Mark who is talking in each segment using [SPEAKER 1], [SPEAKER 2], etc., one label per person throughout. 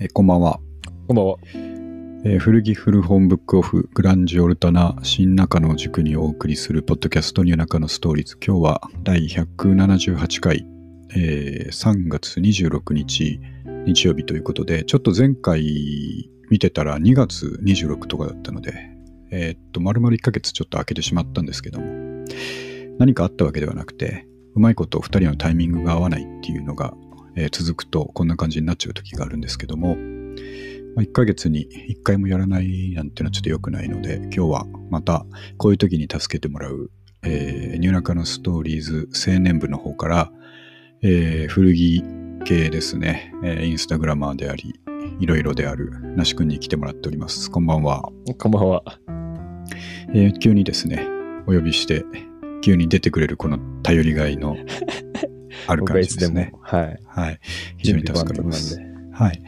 [SPEAKER 1] えーこんばんは、
[SPEAKER 2] こんばんは。
[SPEAKER 1] えー古着古本ブックオフグランジオルタナ新中野を軸にお送りするポッドキャストニューナカのストーリーズ今日は第178回、えー3月26日日曜日ということでちょっと前回見てたら2月26とかだったのでえーっと丸々1ヶ月ちょっと空けてしまったんですけども何かあったわけではなくてうまいこと2人のタイミングが合わないっていうのが、えー続くとこんな感じになっちゃう時があるんですけどもまあ、1ヶ月に1回もやらないなんてのはちょっと良くないので、今日はまたこういう時に助けてもらう、えー、ニューナカのストーリーズ青年部の方から、えー古着系ですね、えーインスタグラマーであり、いろいろである、なしくんに来てもらっております。こんばんは。
[SPEAKER 2] こんばんは。
[SPEAKER 1] えー急にですね、お呼びして、急に出てくれるこの頼りがい のある
[SPEAKER 2] 僕は
[SPEAKER 1] 感
[SPEAKER 2] い
[SPEAKER 1] じ
[SPEAKER 2] つ
[SPEAKER 1] で
[SPEAKER 2] です
[SPEAKER 1] ね。
[SPEAKER 2] も。はい。
[SPEAKER 1] はい。非常
[SPEAKER 2] 準
[SPEAKER 1] に
[SPEAKER 2] 備
[SPEAKER 1] 助
[SPEAKER 2] 万
[SPEAKER 1] かり
[SPEAKER 2] 端
[SPEAKER 1] ます。
[SPEAKER 2] なんで。
[SPEAKER 1] はい。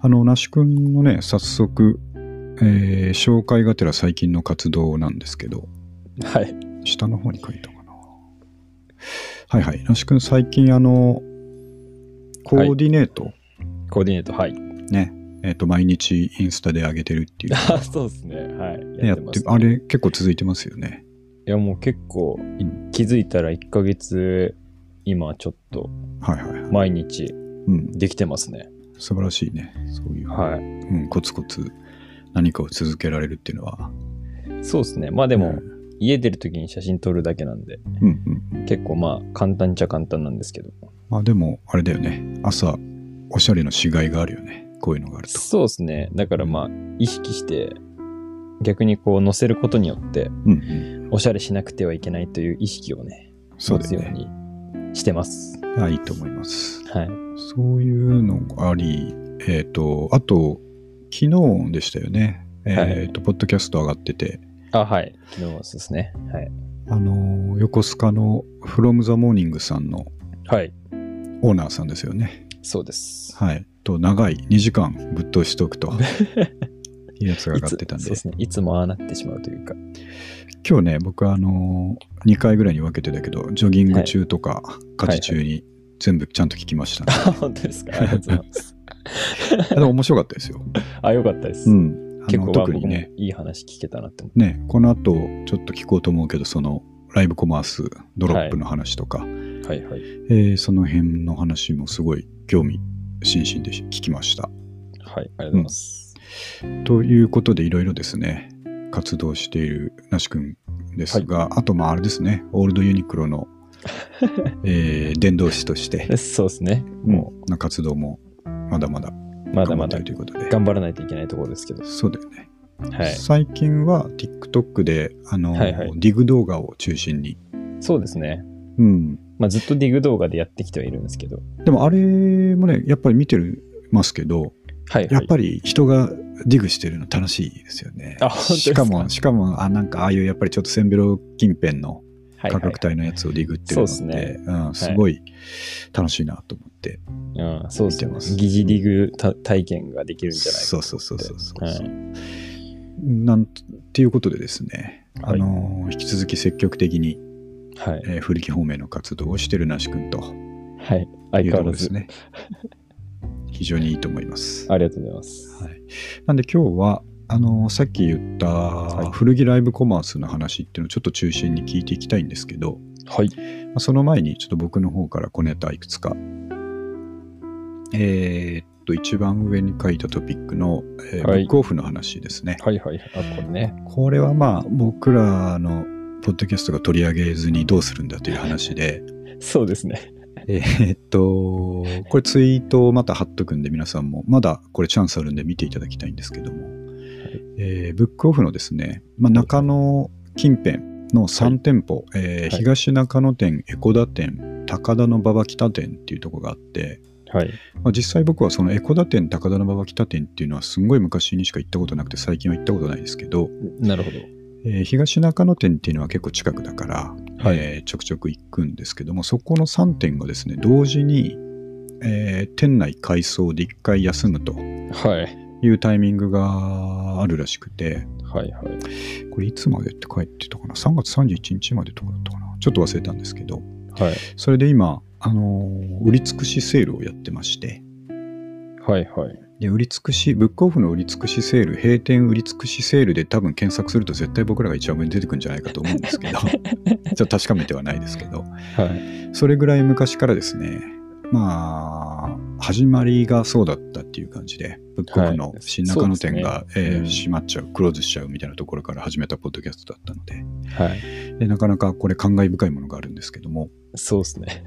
[SPEAKER 1] あの、那須くんのね、早速、えー紹介がてら最近の活動なんですけど、
[SPEAKER 2] はい。
[SPEAKER 1] 下の方に書いたかな。はいはい。那須くん最近、あの、コーディネート、
[SPEAKER 2] コーディネート、はい。
[SPEAKER 1] ね、えっ、と、毎日インスタで上げてる っていうの
[SPEAKER 2] あそうですね。はい。
[SPEAKER 1] や
[SPEAKER 2] や
[SPEAKER 1] っ
[SPEAKER 2] っててます、ね。
[SPEAKER 1] あれ結構続いてますよね。
[SPEAKER 2] いや、もう結構
[SPEAKER 1] ん、
[SPEAKER 2] 気づいたら1ヶ月、今ちょっと、
[SPEAKER 1] はいはいはい。
[SPEAKER 2] 毎日
[SPEAKER 1] うん、
[SPEAKER 2] できてますね。
[SPEAKER 1] 素晴らしいね。そういう、
[SPEAKER 2] は
[SPEAKER 1] うん、コツコツ何かを続けられるっていうのは。
[SPEAKER 2] い。そうですね。まあで
[SPEAKER 1] う
[SPEAKER 2] も
[SPEAKER 1] ん、
[SPEAKER 2] 家出るときに写真撮るだけなんで、
[SPEAKER 1] うんうんうん。
[SPEAKER 2] 結構まあ、簡単っちゃ簡単なんですけど。
[SPEAKER 1] まあでも、あれだよね。朝、おしゃれのしがいがあるよね。こういうのがあると。
[SPEAKER 2] そうですね。だからまあ、意識して、逆にこう、載せることによって、
[SPEAKER 1] うんうん。
[SPEAKER 2] おしゃれしなくてはいけないという意識をね、
[SPEAKER 1] そう
[SPEAKER 2] 持
[SPEAKER 1] だ
[SPEAKER 2] つ
[SPEAKER 1] よ
[SPEAKER 2] よ
[SPEAKER 1] ね。
[SPEAKER 2] うにしてます。
[SPEAKER 1] あいいと思います。
[SPEAKER 2] はい。
[SPEAKER 1] そういうのがあり、えっ、と、あと、昨日でしたよね。えっ、と、ポッドキャスト上がってて、
[SPEAKER 2] あ、はい。昨日ですね。はい。
[SPEAKER 1] あのー、横須賀の From the Morning さんの
[SPEAKER 2] はい。
[SPEAKER 1] オーナーさんですよね。
[SPEAKER 2] そうです。
[SPEAKER 1] はい。と、長い2時間ぶっ通しとく と。いうやつが上がってたん
[SPEAKER 2] いつ
[SPEAKER 1] で
[SPEAKER 2] そうですね。いつもああなってしまうというか。
[SPEAKER 1] 今日ね僕はあの2回ぐらいに分けてだけどジョギング中とか家事中に全部ちゃんと聞きました、ね
[SPEAKER 2] あ、本当です か。ありがとうございます。
[SPEAKER 1] でも面白かった ですよ、
[SPEAKER 2] あ、よかったです。
[SPEAKER 1] うん、あ
[SPEAKER 2] 結
[SPEAKER 1] の
[SPEAKER 2] 構、まあ
[SPEAKER 1] 特に
[SPEAKER 2] 僕も
[SPEAKER 1] ね
[SPEAKER 2] いい話聞けたなって思
[SPEAKER 1] ねこの後ちょっと聞こうと思うけどそのライブコマースドロップの話とか、
[SPEAKER 2] って。はいはい。
[SPEAKER 1] えーその辺の話もすごい興味津々で聞きました
[SPEAKER 2] はい。ありがとうございます。
[SPEAKER 1] ということでいろいろですね活動しているなし君ですが、あとまああれですねオールドユニクロの、 えー伝道師として
[SPEAKER 2] そうですね。
[SPEAKER 1] もうな活動もまだまだ
[SPEAKER 2] ま
[SPEAKER 1] 頑
[SPEAKER 2] だ
[SPEAKER 1] 張
[SPEAKER 2] ま
[SPEAKER 1] って
[SPEAKER 2] だ
[SPEAKER 1] るということで。
[SPEAKER 2] 頑張らないといけないところですけど。
[SPEAKER 1] そうだよね、
[SPEAKER 2] はい。
[SPEAKER 1] 最近は TikTok であの、
[SPEAKER 2] はいはい
[SPEAKER 1] ディグ動画を中心に、
[SPEAKER 2] そうですね。
[SPEAKER 1] うん、
[SPEAKER 2] まあずっとディグ動画でやってきてはいるんですけど。
[SPEAKER 1] でもあれもねやっぱり見てるますけど
[SPEAKER 2] はい
[SPEAKER 1] や
[SPEAKER 2] は
[SPEAKER 1] っ
[SPEAKER 2] い。
[SPEAKER 1] ぱり人がディグしてるの楽しいですよね、
[SPEAKER 2] あ本当です
[SPEAKER 1] し
[SPEAKER 2] か
[SPEAKER 1] かもしかもあなんかああいうやっぱりちょっと千ベロ近辺の
[SPEAKER 2] はいは
[SPEAKER 1] 価
[SPEAKER 2] いはい
[SPEAKER 1] 格帯のやつをディグってるのって、
[SPEAKER 2] そうです
[SPEAKER 1] うん、すごい楽しいなと思って、
[SPEAKER 2] うん、そうですね
[SPEAKER 1] 見てます。
[SPEAKER 2] 疑似ディグた体験ができるんじゃないか
[SPEAKER 1] そうそうそうそうそう、
[SPEAKER 2] はい
[SPEAKER 1] なんていうことでですね、
[SPEAKER 2] はい
[SPEAKER 1] あの引き続き積極的に、
[SPEAKER 2] はい。
[SPEAKER 1] えー古着方面の活動をしてるなし君と
[SPEAKER 2] はい。
[SPEAKER 1] い
[SPEAKER 2] 相
[SPEAKER 1] う
[SPEAKER 2] 変
[SPEAKER 1] とこ
[SPEAKER 2] わ
[SPEAKER 1] ろ
[SPEAKER 2] ら
[SPEAKER 1] で
[SPEAKER 2] ず
[SPEAKER 1] す。ね。 非常にいいと思います。は
[SPEAKER 2] ありがとうございます。
[SPEAKER 1] い、なんで今日はあのさっき言った、
[SPEAKER 2] い
[SPEAKER 1] 古着ライブコマースの話っていうのをちょっと中心に聞いていきたいんですけど、
[SPEAKER 2] はい。
[SPEAKER 1] まあその前にちょっと僕の方から小ネタいくつか。えーっと、一番上に書いたトピックの、えー
[SPEAKER 2] はい
[SPEAKER 1] ブックオフの話ですね。
[SPEAKER 2] はいはい。あ、これね。
[SPEAKER 1] これはまあ僕らのポッドキャストが取り上げずにどうするんだという話で
[SPEAKER 2] そうですね。
[SPEAKER 1] えーっとこれツイートをまた貼っとくんで皆さんもまだこれチャンスあるんで見ていただきたいんですけども、えーブックオフのですね、まあ、中野近辺の3店舗、えー
[SPEAKER 2] はい
[SPEAKER 1] 東中野店江古田店高田の馬場北店っていうとこがあって、
[SPEAKER 2] はい。
[SPEAKER 1] まあ、実際僕はその江古田店高田の馬場北店っていうのはすんごい昔にしか行ったことなくて最近は行ったことないですけど、
[SPEAKER 2] なるほど。
[SPEAKER 1] えー東中野店っていうのは結構近くだから、
[SPEAKER 2] はい
[SPEAKER 1] えーちょくちょく行くんですけどもそこの3店がですね同時に、えー店内改装で1回休むと
[SPEAKER 2] はい。
[SPEAKER 1] いうタイミングがあるらしくて
[SPEAKER 2] はいはい。
[SPEAKER 1] これいつまでって書いてたかな3月31日までとかだったかなちょっと忘れたんですけど
[SPEAKER 2] はい。
[SPEAKER 1] それで今、あのー売り尽くしセールをやってまして
[SPEAKER 2] はいはい。
[SPEAKER 1] で、売り尽くし、ブックオフの売り尽くしセール、閉店売り尽くしセールで多分検索すると絶対僕らが一番上に出てくるんじゃないかと思うんです けど、ちょっと確かめてはないですけど、
[SPEAKER 2] はい。
[SPEAKER 1] それぐらい昔からですね、まあ、始まりがそうだったっていう感じで、ブックオフの
[SPEAKER 2] はい
[SPEAKER 1] 新中野店が、えー
[SPEAKER 2] うん
[SPEAKER 1] 閉まっちゃう、クローズしちゃうみたいなところから始めたポッドキャストだったので、
[SPEAKER 2] はい。
[SPEAKER 1] でなかなかこれ感慨深いものがあるんですけども、
[SPEAKER 2] そうですね。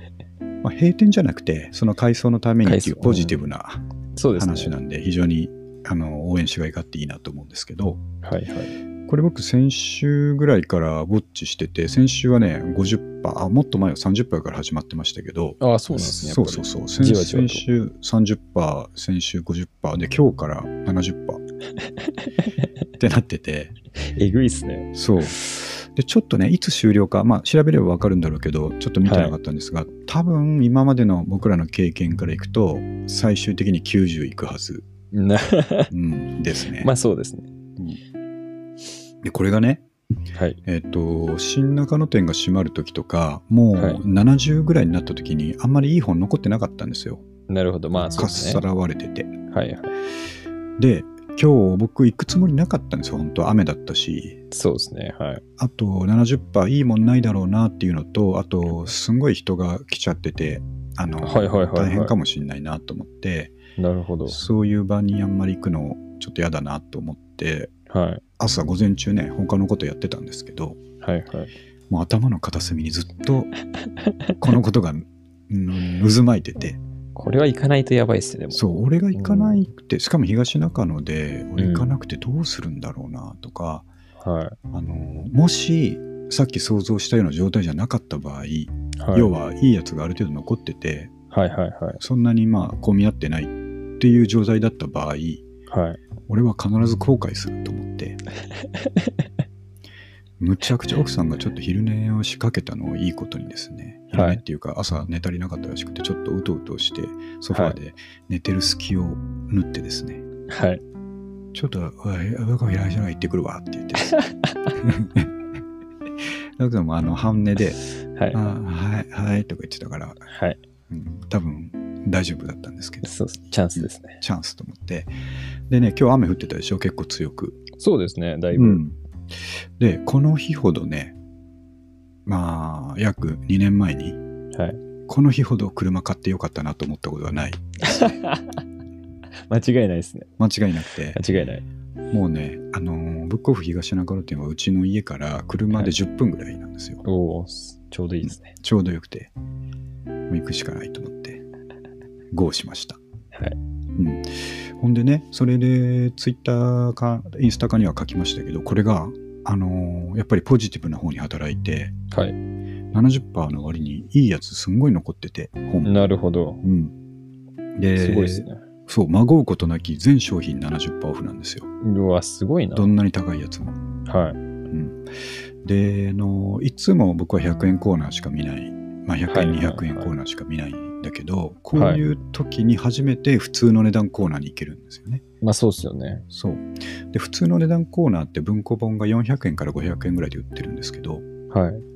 [SPEAKER 1] まあ、閉店じゃなくて、その改装のためにっていう
[SPEAKER 2] 改装
[SPEAKER 1] ポジティブな
[SPEAKER 2] そうですね。
[SPEAKER 1] 話なんで、非常にあの応援しがいがあっていいなと思うんですけど、
[SPEAKER 2] はいはい。
[SPEAKER 1] これ僕先週ぐらいからウォッチしてて、先週はね、50%、あ、もっと前は30%から始まってましたけど、
[SPEAKER 2] ああ、そうなんですね。
[SPEAKER 1] そうそう
[SPEAKER 2] う。
[SPEAKER 1] そう。先
[SPEAKER 2] じわじわと
[SPEAKER 1] 先週30%、先週50%で、今日から70%。ってなってて、
[SPEAKER 2] えぐいっすね。
[SPEAKER 1] そう。で、ちょっとね、いつ終了か、まあ、調べればわかるんだろうけど、ちょっと見てなかったんですが、多分、今までの僕らの経験からいくと、最終的に90いくはず、
[SPEAKER 2] な
[SPEAKER 1] うん、ですね。
[SPEAKER 2] まあそうですね。
[SPEAKER 1] で、これがね、
[SPEAKER 2] はい。
[SPEAKER 1] えっ、と、新中野店が閉まる時とか、もう
[SPEAKER 2] はい
[SPEAKER 1] 70ぐらいになった時に、あんまりいい本残ってなかったんですよ。
[SPEAKER 2] なるほど。まあそう
[SPEAKER 1] かっ
[SPEAKER 2] です
[SPEAKER 1] さ
[SPEAKER 2] ね。
[SPEAKER 1] らわれてて。
[SPEAKER 2] はいはい。
[SPEAKER 1] で今日僕行くつもりなかったんですよ本当雨だったし
[SPEAKER 2] そうですね。はい。
[SPEAKER 1] あと70%いいもんないだろうなっていうのとあとすんごい人が来ちゃっててあの、
[SPEAKER 2] はいはいはいはい
[SPEAKER 1] 大変かもしんないなと思って
[SPEAKER 2] なるほど。
[SPEAKER 1] そういう場にあんまり行くのちょっと嫌だなと思って
[SPEAKER 2] はい。
[SPEAKER 1] 朝午前中ね他のことやってたんですけど
[SPEAKER 2] はいはい。
[SPEAKER 1] もう頭の片隅にずっ とこのことがうん渦巻いてて
[SPEAKER 2] これは行かないとやばいっすね。でも
[SPEAKER 1] そう俺が行かないってしかも東中野で俺行かなくてどうするんだろうなとか、
[SPEAKER 2] はい。
[SPEAKER 1] あのもしさっき想像したような状態じゃなかった場合、
[SPEAKER 2] はい。
[SPEAKER 1] 要はいいやつがある程度残ってて
[SPEAKER 2] はいはいはい。
[SPEAKER 1] そんなにまあ混み合ってないっていう状態だった場合
[SPEAKER 2] はい。
[SPEAKER 1] 俺は必ず後悔すると思って むちゃくちゃ奥さんがちょっと昼寝を仕掛けたのをいいことにですね
[SPEAKER 2] は
[SPEAKER 1] 昼
[SPEAKER 2] い
[SPEAKER 1] 寝っていうか朝寝足りなかったらしくてちょっとうとうとしてソファーで寝てる隙を縫ってですね、
[SPEAKER 2] はい。
[SPEAKER 1] ちょっと、おい、若カ平井じゃない行ってくるわって言って。 だけども、あの、半音 で、
[SPEAKER 2] はい
[SPEAKER 1] あ。はい、はい、とか言ってたから、
[SPEAKER 2] はい。
[SPEAKER 1] うん、多分大丈夫だったんですけど、
[SPEAKER 2] そうっすチャンスですね。
[SPEAKER 1] チャンスと思って。でね、今日雨降ってたでしょ、結構強く。
[SPEAKER 2] そうですね。だいうぶ。
[SPEAKER 1] ん。で、この日ほどね、まあ、約2年前に、
[SPEAKER 2] はい
[SPEAKER 1] この日ほど車買ってよかったなと思ったことはない。
[SPEAKER 2] 間違いないですね。
[SPEAKER 1] 間違いなくて。
[SPEAKER 2] 間違いない。
[SPEAKER 1] もうね、あのーブックオフ東中野店はうちの家から車で10分ぐらいなんですよ。
[SPEAKER 2] おお、すちょうどいいですね。
[SPEAKER 1] ちょうどよくて、もう行くしかないと思って、ゴーしました。
[SPEAKER 2] はい
[SPEAKER 1] うん、ほんでね、それでツイッターかインスタかには書きましたけど、これが、あのーやっぱりポジティブな方に働いて、
[SPEAKER 2] はい。
[SPEAKER 1] 70%の割にいいやつすんごい残ってて、本。
[SPEAKER 2] なるほど。
[SPEAKER 1] うん、です
[SPEAKER 2] ごいですね。
[SPEAKER 1] そう、まごうことなき全商品70%オフなんですよ。
[SPEAKER 2] うわ、すごいな。
[SPEAKER 1] どんなに高いやつも。
[SPEAKER 2] はい。
[SPEAKER 1] うんであのいつも僕は100円コーナーしか見ない、まあ、100円
[SPEAKER 2] はいはい
[SPEAKER 1] 200円コーナーしか見ないんだけど、
[SPEAKER 2] はい
[SPEAKER 1] こういう時に初めて普通の値段コーナーに行けるんですよね。
[SPEAKER 2] まあそうですよね。
[SPEAKER 1] そうで普通の値段コーナーって文庫本が400円から500円ぐらいで売ってるんですけど
[SPEAKER 2] はい。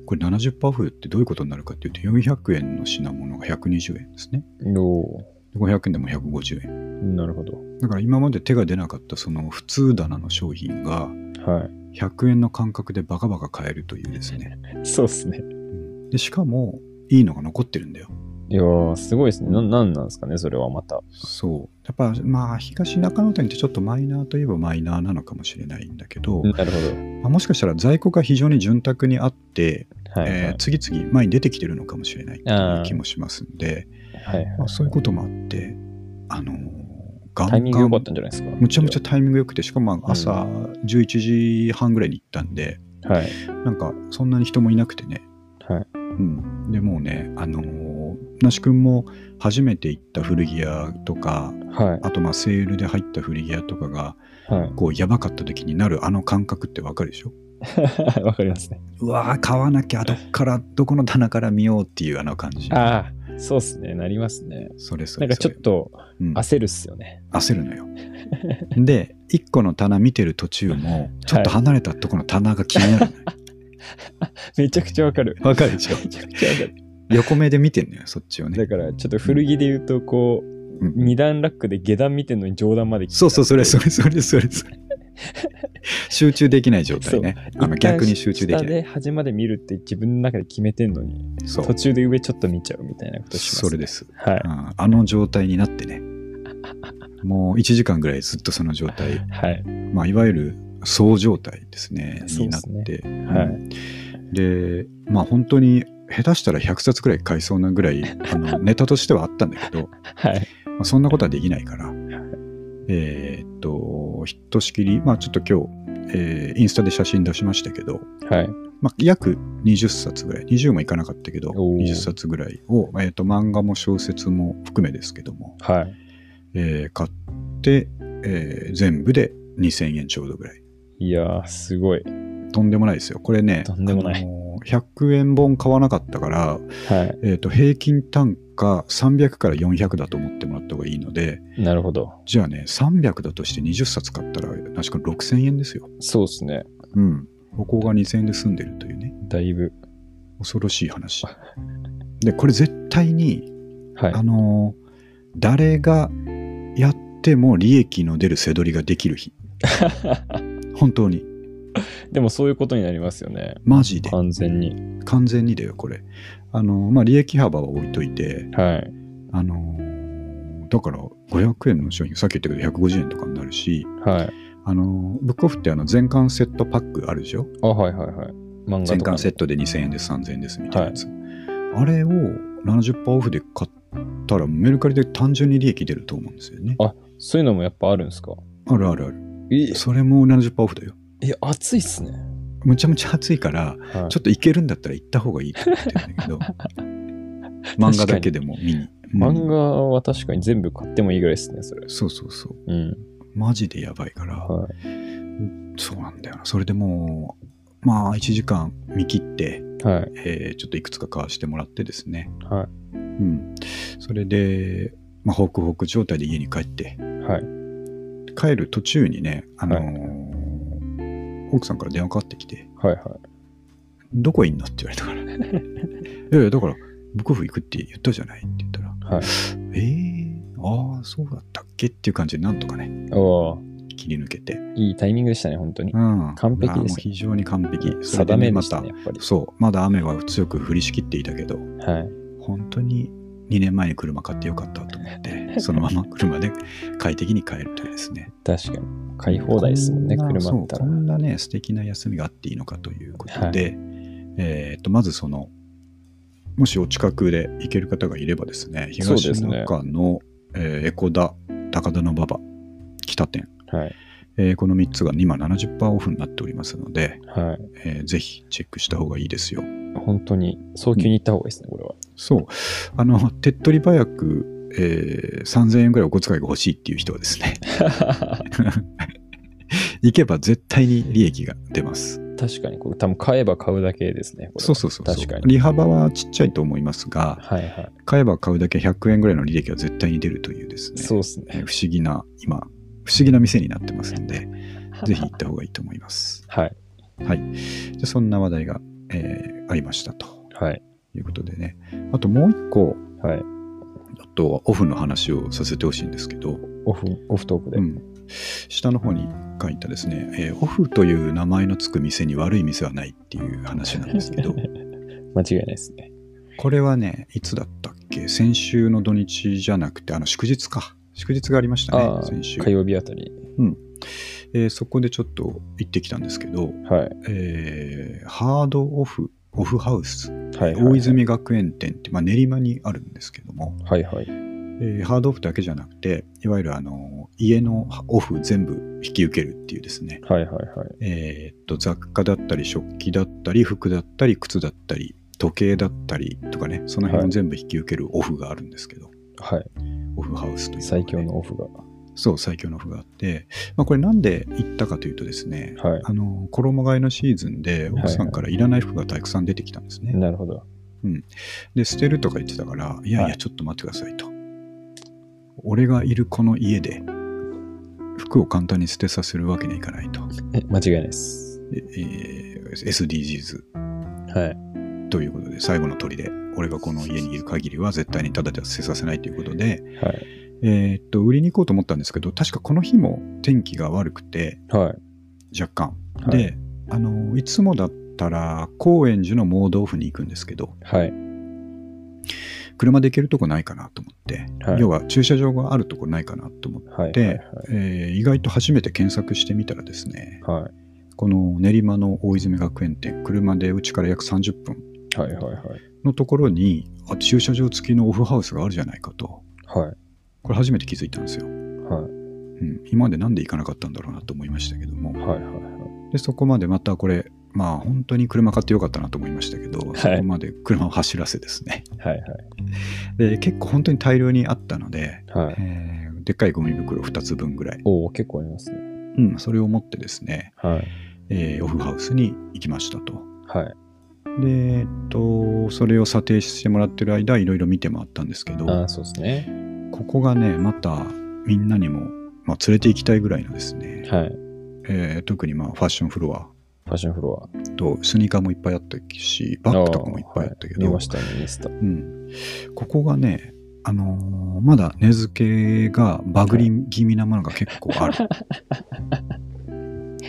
[SPEAKER 1] これ70%オフってどういうことになるかっていうと400円の品物が120円ですね。
[SPEAKER 2] おお、
[SPEAKER 1] で500円でも150円。
[SPEAKER 2] なるほど。
[SPEAKER 1] だから今まで手が出なかったその普通棚の商品が
[SPEAKER 2] は
[SPEAKER 1] 100円の感覚でバカバカ買えるというですね。
[SPEAKER 2] い。そうですね。
[SPEAKER 1] でしかもいいのが残ってるんだよ
[SPEAKER 2] いやー、すごいですね。な、なんなんですかね、それはまた。
[SPEAKER 1] そうやっぱまあ東中野店ってちょっとマイナーといえばマイナーなのかもしれないんだけど、
[SPEAKER 2] なるほ
[SPEAKER 1] まあもしかしたら在庫が非常に潤沢にあって、
[SPEAKER 2] ど。はい、は
[SPEAKER 1] え
[SPEAKER 2] い
[SPEAKER 1] ー。次々前に出てきてるのかもしれないっていう気もしますんで
[SPEAKER 2] はいはい
[SPEAKER 1] まあ、そういうこともあってあのーガ
[SPEAKER 2] タイ
[SPEAKER 1] ン
[SPEAKER 2] ミング
[SPEAKER 1] ガ
[SPEAKER 2] 良
[SPEAKER 1] ン
[SPEAKER 2] かったんじゃないですか。
[SPEAKER 1] むちゃむちゃ
[SPEAKER 2] ゃ。
[SPEAKER 1] タイミング良くてしかもまあ朝11時半ぐらいに行ったんで、
[SPEAKER 2] はい。
[SPEAKER 1] なんかそんなに人もいなくてね
[SPEAKER 2] はい。
[SPEAKER 1] うん、でもうね、あのー、那須君も初めて行った古着屋とか、
[SPEAKER 2] はい。
[SPEAKER 1] あとまあセールで入った古着屋とかが、
[SPEAKER 2] は
[SPEAKER 1] こう、やばかった時になるあの感覚ってわかるでしょ
[SPEAKER 2] い。 わかりますね。
[SPEAKER 1] うわー、買わなきゃ、どっから、どこの棚から見ようっていうあの感じ。
[SPEAKER 2] ああ、そうですね。なりますね。
[SPEAKER 1] それそれ
[SPEAKER 2] なんかち
[SPEAKER 1] そ
[SPEAKER 2] ょっ
[SPEAKER 1] れ。
[SPEAKER 2] と
[SPEAKER 1] うん、
[SPEAKER 2] 焦るっすよね。
[SPEAKER 1] 焦るの よ。で、一個の棚見てる途中も、ちょっと離れたとこの棚が気になるのよ。
[SPEAKER 2] めちゃくちゃわかる。
[SPEAKER 1] わ、かるでしょ
[SPEAKER 2] めちゃくちゃわかる。
[SPEAKER 1] 横目で見てんのよ、そっちをね
[SPEAKER 2] だ。から、ちょっと古着で言うと、こう、
[SPEAKER 1] うん
[SPEAKER 2] 二段ラックで下段見てんのに上段まで来た
[SPEAKER 1] そうそう、それ、それ、それ、それ、それ。集中できない状態ね。あの
[SPEAKER 2] 一旦
[SPEAKER 1] 逆に集中でき
[SPEAKER 2] 下
[SPEAKER 1] ない。
[SPEAKER 2] で端まで見るって自分の中で決めてんのに、
[SPEAKER 1] そう
[SPEAKER 2] 途。中で上ちょっと見ちゃうみたいなことします、
[SPEAKER 1] それです、
[SPEAKER 2] はい。
[SPEAKER 1] うんあの状態になってね。もう1時間ぐらいずっとその状態。
[SPEAKER 2] はい。
[SPEAKER 1] まあ、いわゆる、そう状態ですね。
[SPEAKER 2] そ
[SPEAKER 1] に
[SPEAKER 2] うで
[SPEAKER 1] なっ
[SPEAKER 2] すね
[SPEAKER 1] て。
[SPEAKER 2] は
[SPEAKER 1] うん
[SPEAKER 2] い。
[SPEAKER 1] で、まあ本当に下手したら100冊くらい買いそうなぐらい、あ のネタとしてはあったんだけど、
[SPEAKER 2] はい。
[SPEAKER 1] まあ、そんなことはできないから、えーっと、ひとしきり、まあちょっと今日、えーインスタで写真出しましたけど、
[SPEAKER 2] はい。
[SPEAKER 1] まあ、約20冊ぐらい、20もいかなかったけど、
[SPEAKER 2] おー
[SPEAKER 1] 20冊ぐらいを、えーっと、漫画も小説も含めですけども、
[SPEAKER 2] はい。
[SPEAKER 1] えー買って、えー全部で2000円ちょうどぐらい。
[SPEAKER 2] いやー、すごい。
[SPEAKER 1] とんでもないですよ。これね、
[SPEAKER 2] とんでもない
[SPEAKER 1] あのー100円本買わなかったから、
[SPEAKER 2] は
[SPEAKER 1] えー、と平均単価300から400だと思ってもらった方がいいので
[SPEAKER 2] い。なるほど。
[SPEAKER 1] じゃあね300だとして20冊買ったら確か6000円ですよ
[SPEAKER 2] そうですね。
[SPEAKER 1] うんここが2000円で済んでるというね
[SPEAKER 2] だいぶ。
[SPEAKER 1] 恐ろしい 話でこれ絶対に、
[SPEAKER 2] はい
[SPEAKER 1] あ。のー誰がやっても利益の出る背取りができる 日本当に
[SPEAKER 2] でもそういうことになりますよね。
[SPEAKER 1] マジで
[SPEAKER 2] 完全に。
[SPEAKER 1] 完全にだよこれあのーまあ利益幅は置いといて
[SPEAKER 2] はい。
[SPEAKER 1] あのーだから500円の商品さっき言ったけど150円とかになるし
[SPEAKER 2] はい。
[SPEAKER 1] あのブックオフってあの全巻セットパックあるでしょ
[SPEAKER 2] あ、はいはいはい。漫画
[SPEAKER 1] 全
[SPEAKER 2] とかの。
[SPEAKER 1] 巻セットで2000円です3000円ですみたいなやつ、あれを70%オフで買ったらメルカリで単純に利益出ると思うんですよね
[SPEAKER 2] あそういうのもやっぱあるんですか
[SPEAKER 1] あるあるある
[SPEAKER 2] え
[SPEAKER 1] それも70%オフだよ
[SPEAKER 2] え、暑いっすね。
[SPEAKER 1] むちゃむちゃ暑いから
[SPEAKER 2] はい
[SPEAKER 1] ちょっと行けるんだったら行った方がいいと思ってるんだけ ど漫画だけでも見に
[SPEAKER 2] 漫
[SPEAKER 1] うん
[SPEAKER 2] 画は確かに全部買ってもいいぐらいですね、それ。
[SPEAKER 1] そうそうそう
[SPEAKER 2] うん。
[SPEAKER 1] マジでやばいから
[SPEAKER 2] は
[SPEAKER 1] そうなんだよなそれでもうまあ1時間見切って、
[SPEAKER 2] い。はい。
[SPEAKER 1] えーちょっといくつか買わしてもらってですね
[SPEAKER 2] は
[SPEAKER 1] うん、それで、まあ、ホクホク状態で家に帰って
[SPEAKER 2] い。はい。
[SPEAKER 1] 帰る途中にね、あのー
[SPEAKER 2] は
[SPEAKER 1] 奥さんから電話かかってきて
[SPEAKER 2] はい。はい。
[SPEAKER 1] 「どこいんの?」って言われた から「いやいやだからブックオフ行くって言ったじゃない」って言ったら「
[SPEAKER 2] はい
[SPEAKER 1] えー、ああそうだったっけ?」っていう感じでなんとかね
[SPEAKER 2] おー
[SPEAKER 1] 切り抜けて、う
[SPEAKER 2] いいタイミングでしたね、本当に。
[SPEAKER 1] ん、
[SPEAKER 2] 完璧ですね
[SPEAKER 1] あーもう非常に完璧それで
[SPEAKER 2] 定め
[SPEAKER 1] ね
[SPEAKER 2] で
[SPEAKER 1] ま
[SPEAKER 2] した
[SPEAKER 1] た
[SPEAKER 2] ね、やっぱり。
[SPEAKER 1] そうまだ雨は強く降りしきっていたけど
[SPEAKER 2] はい。
[SPEAKER 1] 本当に2年前に車買ってよかったと思 って、そのまま車で快適に帰るというですね。
[SPEAKER 2] 確かに。買い放題ですもんね、
[SPEAKER 1] こな
[SPEAKER 2] 車だった
[SPEAKER 1] そうこ
[SPEAKER 2] ら。
[SPEAKER 1] んなね、素敵な休みがあっていいのかということ
[SPEAKER 2] は
[SPEAKER 1] で、えーっと、まずその、もしお近くで行ける方がいればですね、
[SPEAKER 2] そう
[SPEAKER 1] 東
[SPEAKER 2] ですね
[SPEAKER 1] 中の、えーエコダ、高田の馬場、北店、
[SPEAKER 2] はい。
[SPEAKER 1] えーこの3つが今70%オフになっておりますので、
[SPEAKER 2] はい。
[SPEAKER 1] えーぜひチェックした方がいいですよ。
[SPEAKER 2] 本当に、早急に行った方がいいですね、これは。
[SPEAKER 1] そう。あの、手っ取り早く、えー3000円ぐらいお小遣いが欲しいっていう人はですね、 行けば絶対に利益が出ます。
[SPEAKER 2] 確かに、これ多分買えば買うだけですね、これは
[SPEAKER 1] そうそうそうそう。
[SPEAKER 2] 確かに。
[SPEAKER 1] 利幅はちっちゃいと思いますが、
[SPEAKER 2] はいは
[SPEAKER 1] 買えば買うだけ100円ぐらいの利益が絶対に出るというです
[SPEAKER 2] い。
[SPEAKER 1] ね、
[SPEAKER 2] そうですね。
[SPEAKER 1] えー不思議な、今、不思議な店になってますんで、 ぜひ行った方がいいと思います。
[SPEAKER 2] はい。
[SPEAKER 1] はい。でそんな話題が、えーありましたと
[SPEAKER 2] はい。
[SPEAKER 1] いうことでね。あともう一個、
[SPEAKER 2] はい。
[SPEAKER 1] ちょっとオフの話をさせてほしいんですけど、
[SPEAKER 2] オフ、オフトークで
[SPEAKER 1] う。ん、下の方に書いたですね、えーオフという名前のつく店に悪い店はないっていう話なんですけ ど
[SPEAKER 2] 間違いないですね。
[SPEAKER 1] これはねいつだったっけ先週の土日じゃなくてあの祝日か祝日がありました
[SPEAKER 2] あ
[SPEAKER 1] ね
[SPEAKER 2] あ、
[SPEAKER 1] 先週
[SPEAKER 2] 火、曜日あたり。
[SPEAKER 1] えーそこでちょっと行ってきたんですけど、
[SPEAKER 2] はい。
[SPEAKER 1] えーハードオフオフハウス、
[SPEAKER 2] はい。
[SPEAKER 1] 大。泉学園店って、まあ、練馬にあるんですけども、
[SPEAKER 2] はいはい。
[SPEAKER 1] えーハードオフだけじゃなくていわゆるあの家のオフ全部引き受けるっていうですね
[SPEAKER 2] はいはいはい。
[SPEAKER 1] えーっと雑貨だったり食器だったり服だったり靴だったり時計だったりとかねその辺
[SPEAKER 2] は
[SPEAKER 1] を
[SPEAKER 2] い
[SPEAKER 1] 全部引き受けるオフがあるんですけど、
[SPEAKER 2] はい。
[SPEAKER 1] オフハウスという、
[SPEAKER 2] 最強のオフが。
[SPEAKER 1] そう最強のオフがあって、まあ、これなんで行ったかというとですね
[SPEAKER 2] はい。
[SPEAKER 1] あの衣替えのシーズンで奥さんからいらない服がたくさん出てきたんですね、
[SPEAKER 2] なるほど。
[SPEAKER 1] で捨てるとか言ってたからいやい
[SPEAKER 2] は
[SPEAKER 1] や
[SPEAKER 2] い
[SPEAKER 1] ちょっと待ってくださいと、俺がいるこの家で服を簡単に捨てさせるわけにはいかないと、
[SPEAKER 2] え間違いないです。
[SPEAKER 1] ええー SDGs
[SPEAKER 2] はい。
[SPEAKER 1] ということで、最後の砦、俺がこの家にいる限りは絶対にただでは捨てさせないということで、
[SPEAKER 2] はい。
[SPEAKER 1] えーっと、売りに行こうと思ったんですけど、確かこの日も天気が悪くて、
[SPEAKER 2] はい。
[SPEAKER 1] 若干。
[SPEAKER 2] はい、
[SPEAKER 1] で、あの、いつもだったら、高円寺の盲豆腐に行くんですけど、
[SPEAKER 2] はい。
[SPEAKER 1] 車で行けるとこないかなと思って、
[SPEAKER 2] はい
[SPEAKER 1] 要は駐車場があるとこないかなと思って、
[SPEAKER 2] はい。
[SPEAKER 1] でえー意外と初めて検索してみたらですね、
[SPEAKER 2] はい。はい。
[SPEAKER 1] この練馬の大泉学園店、車でうちから約30分
[SPEAKER 2] はい。はい。はい。
[SPEAKER 1] のところに、あ駐車場付きのオフハウスがあるじゃないかと、
[SPEAKER 2] はい。
[SPEAKER 1] これ初めて気づいたんですよ。
[SPEAKER 2] はい。
[SPEAKER 1] うん、今までなんで行かなかったんだろうなと思いましたけども、
[SPEAKER 2] はい。はい。
[SPEAKER 1] でそこまでまたこれ、まあ本当に車買ってよかったなと思いましたけど、
[SPEAKER 2] い
[SPEAKER 1] そこまで車を走らせですね。
[SPEAKER 2] はい。
[SPEAKER 1] で、結構本当に大量にあったので、
[SPEAKER 2] はい。はい。
[SPEAKER 1] えーでっかいゴミ袋2つ分ぐらい、
[SPEAKER 2] おお、結構ありますね。
[SPEAKER 1] うん、それを持ってですね、
[SPEAKER 2] はい。
[SPEAKER 1] えーオフハウスに行きましたと。
[SPEAKER 2] はい。
[SPEAKER 1] で、えっと、それを査定してもらってる間、いろいろ見て回ったんですけ
[SPEAKER 2] あ
[SPEAKER 1] ど、
[SPEAKER 2] あ、そうですね。
[SPEAKER 1] ここがね、またみんなにも、まあ、連れて行きたいぐらいのですね、
[SPEAKER 2] はい。
[SPEAKER 1] えー特にまあファッションフロア
[SPEAKER 2] ファッションフロア。
[SPEAKER 1] とスニーカーもいっぱいあったし、バッグとかもいっぱいあったけ
[SPEAKER 2] はい見
[SPEAKER 1] ど、
[SPEAKER 2] ましたね、見せた。
[SPEAKER 1] うん、ここがね、あのーまだ根付けがバグり気味なものが結構あ る。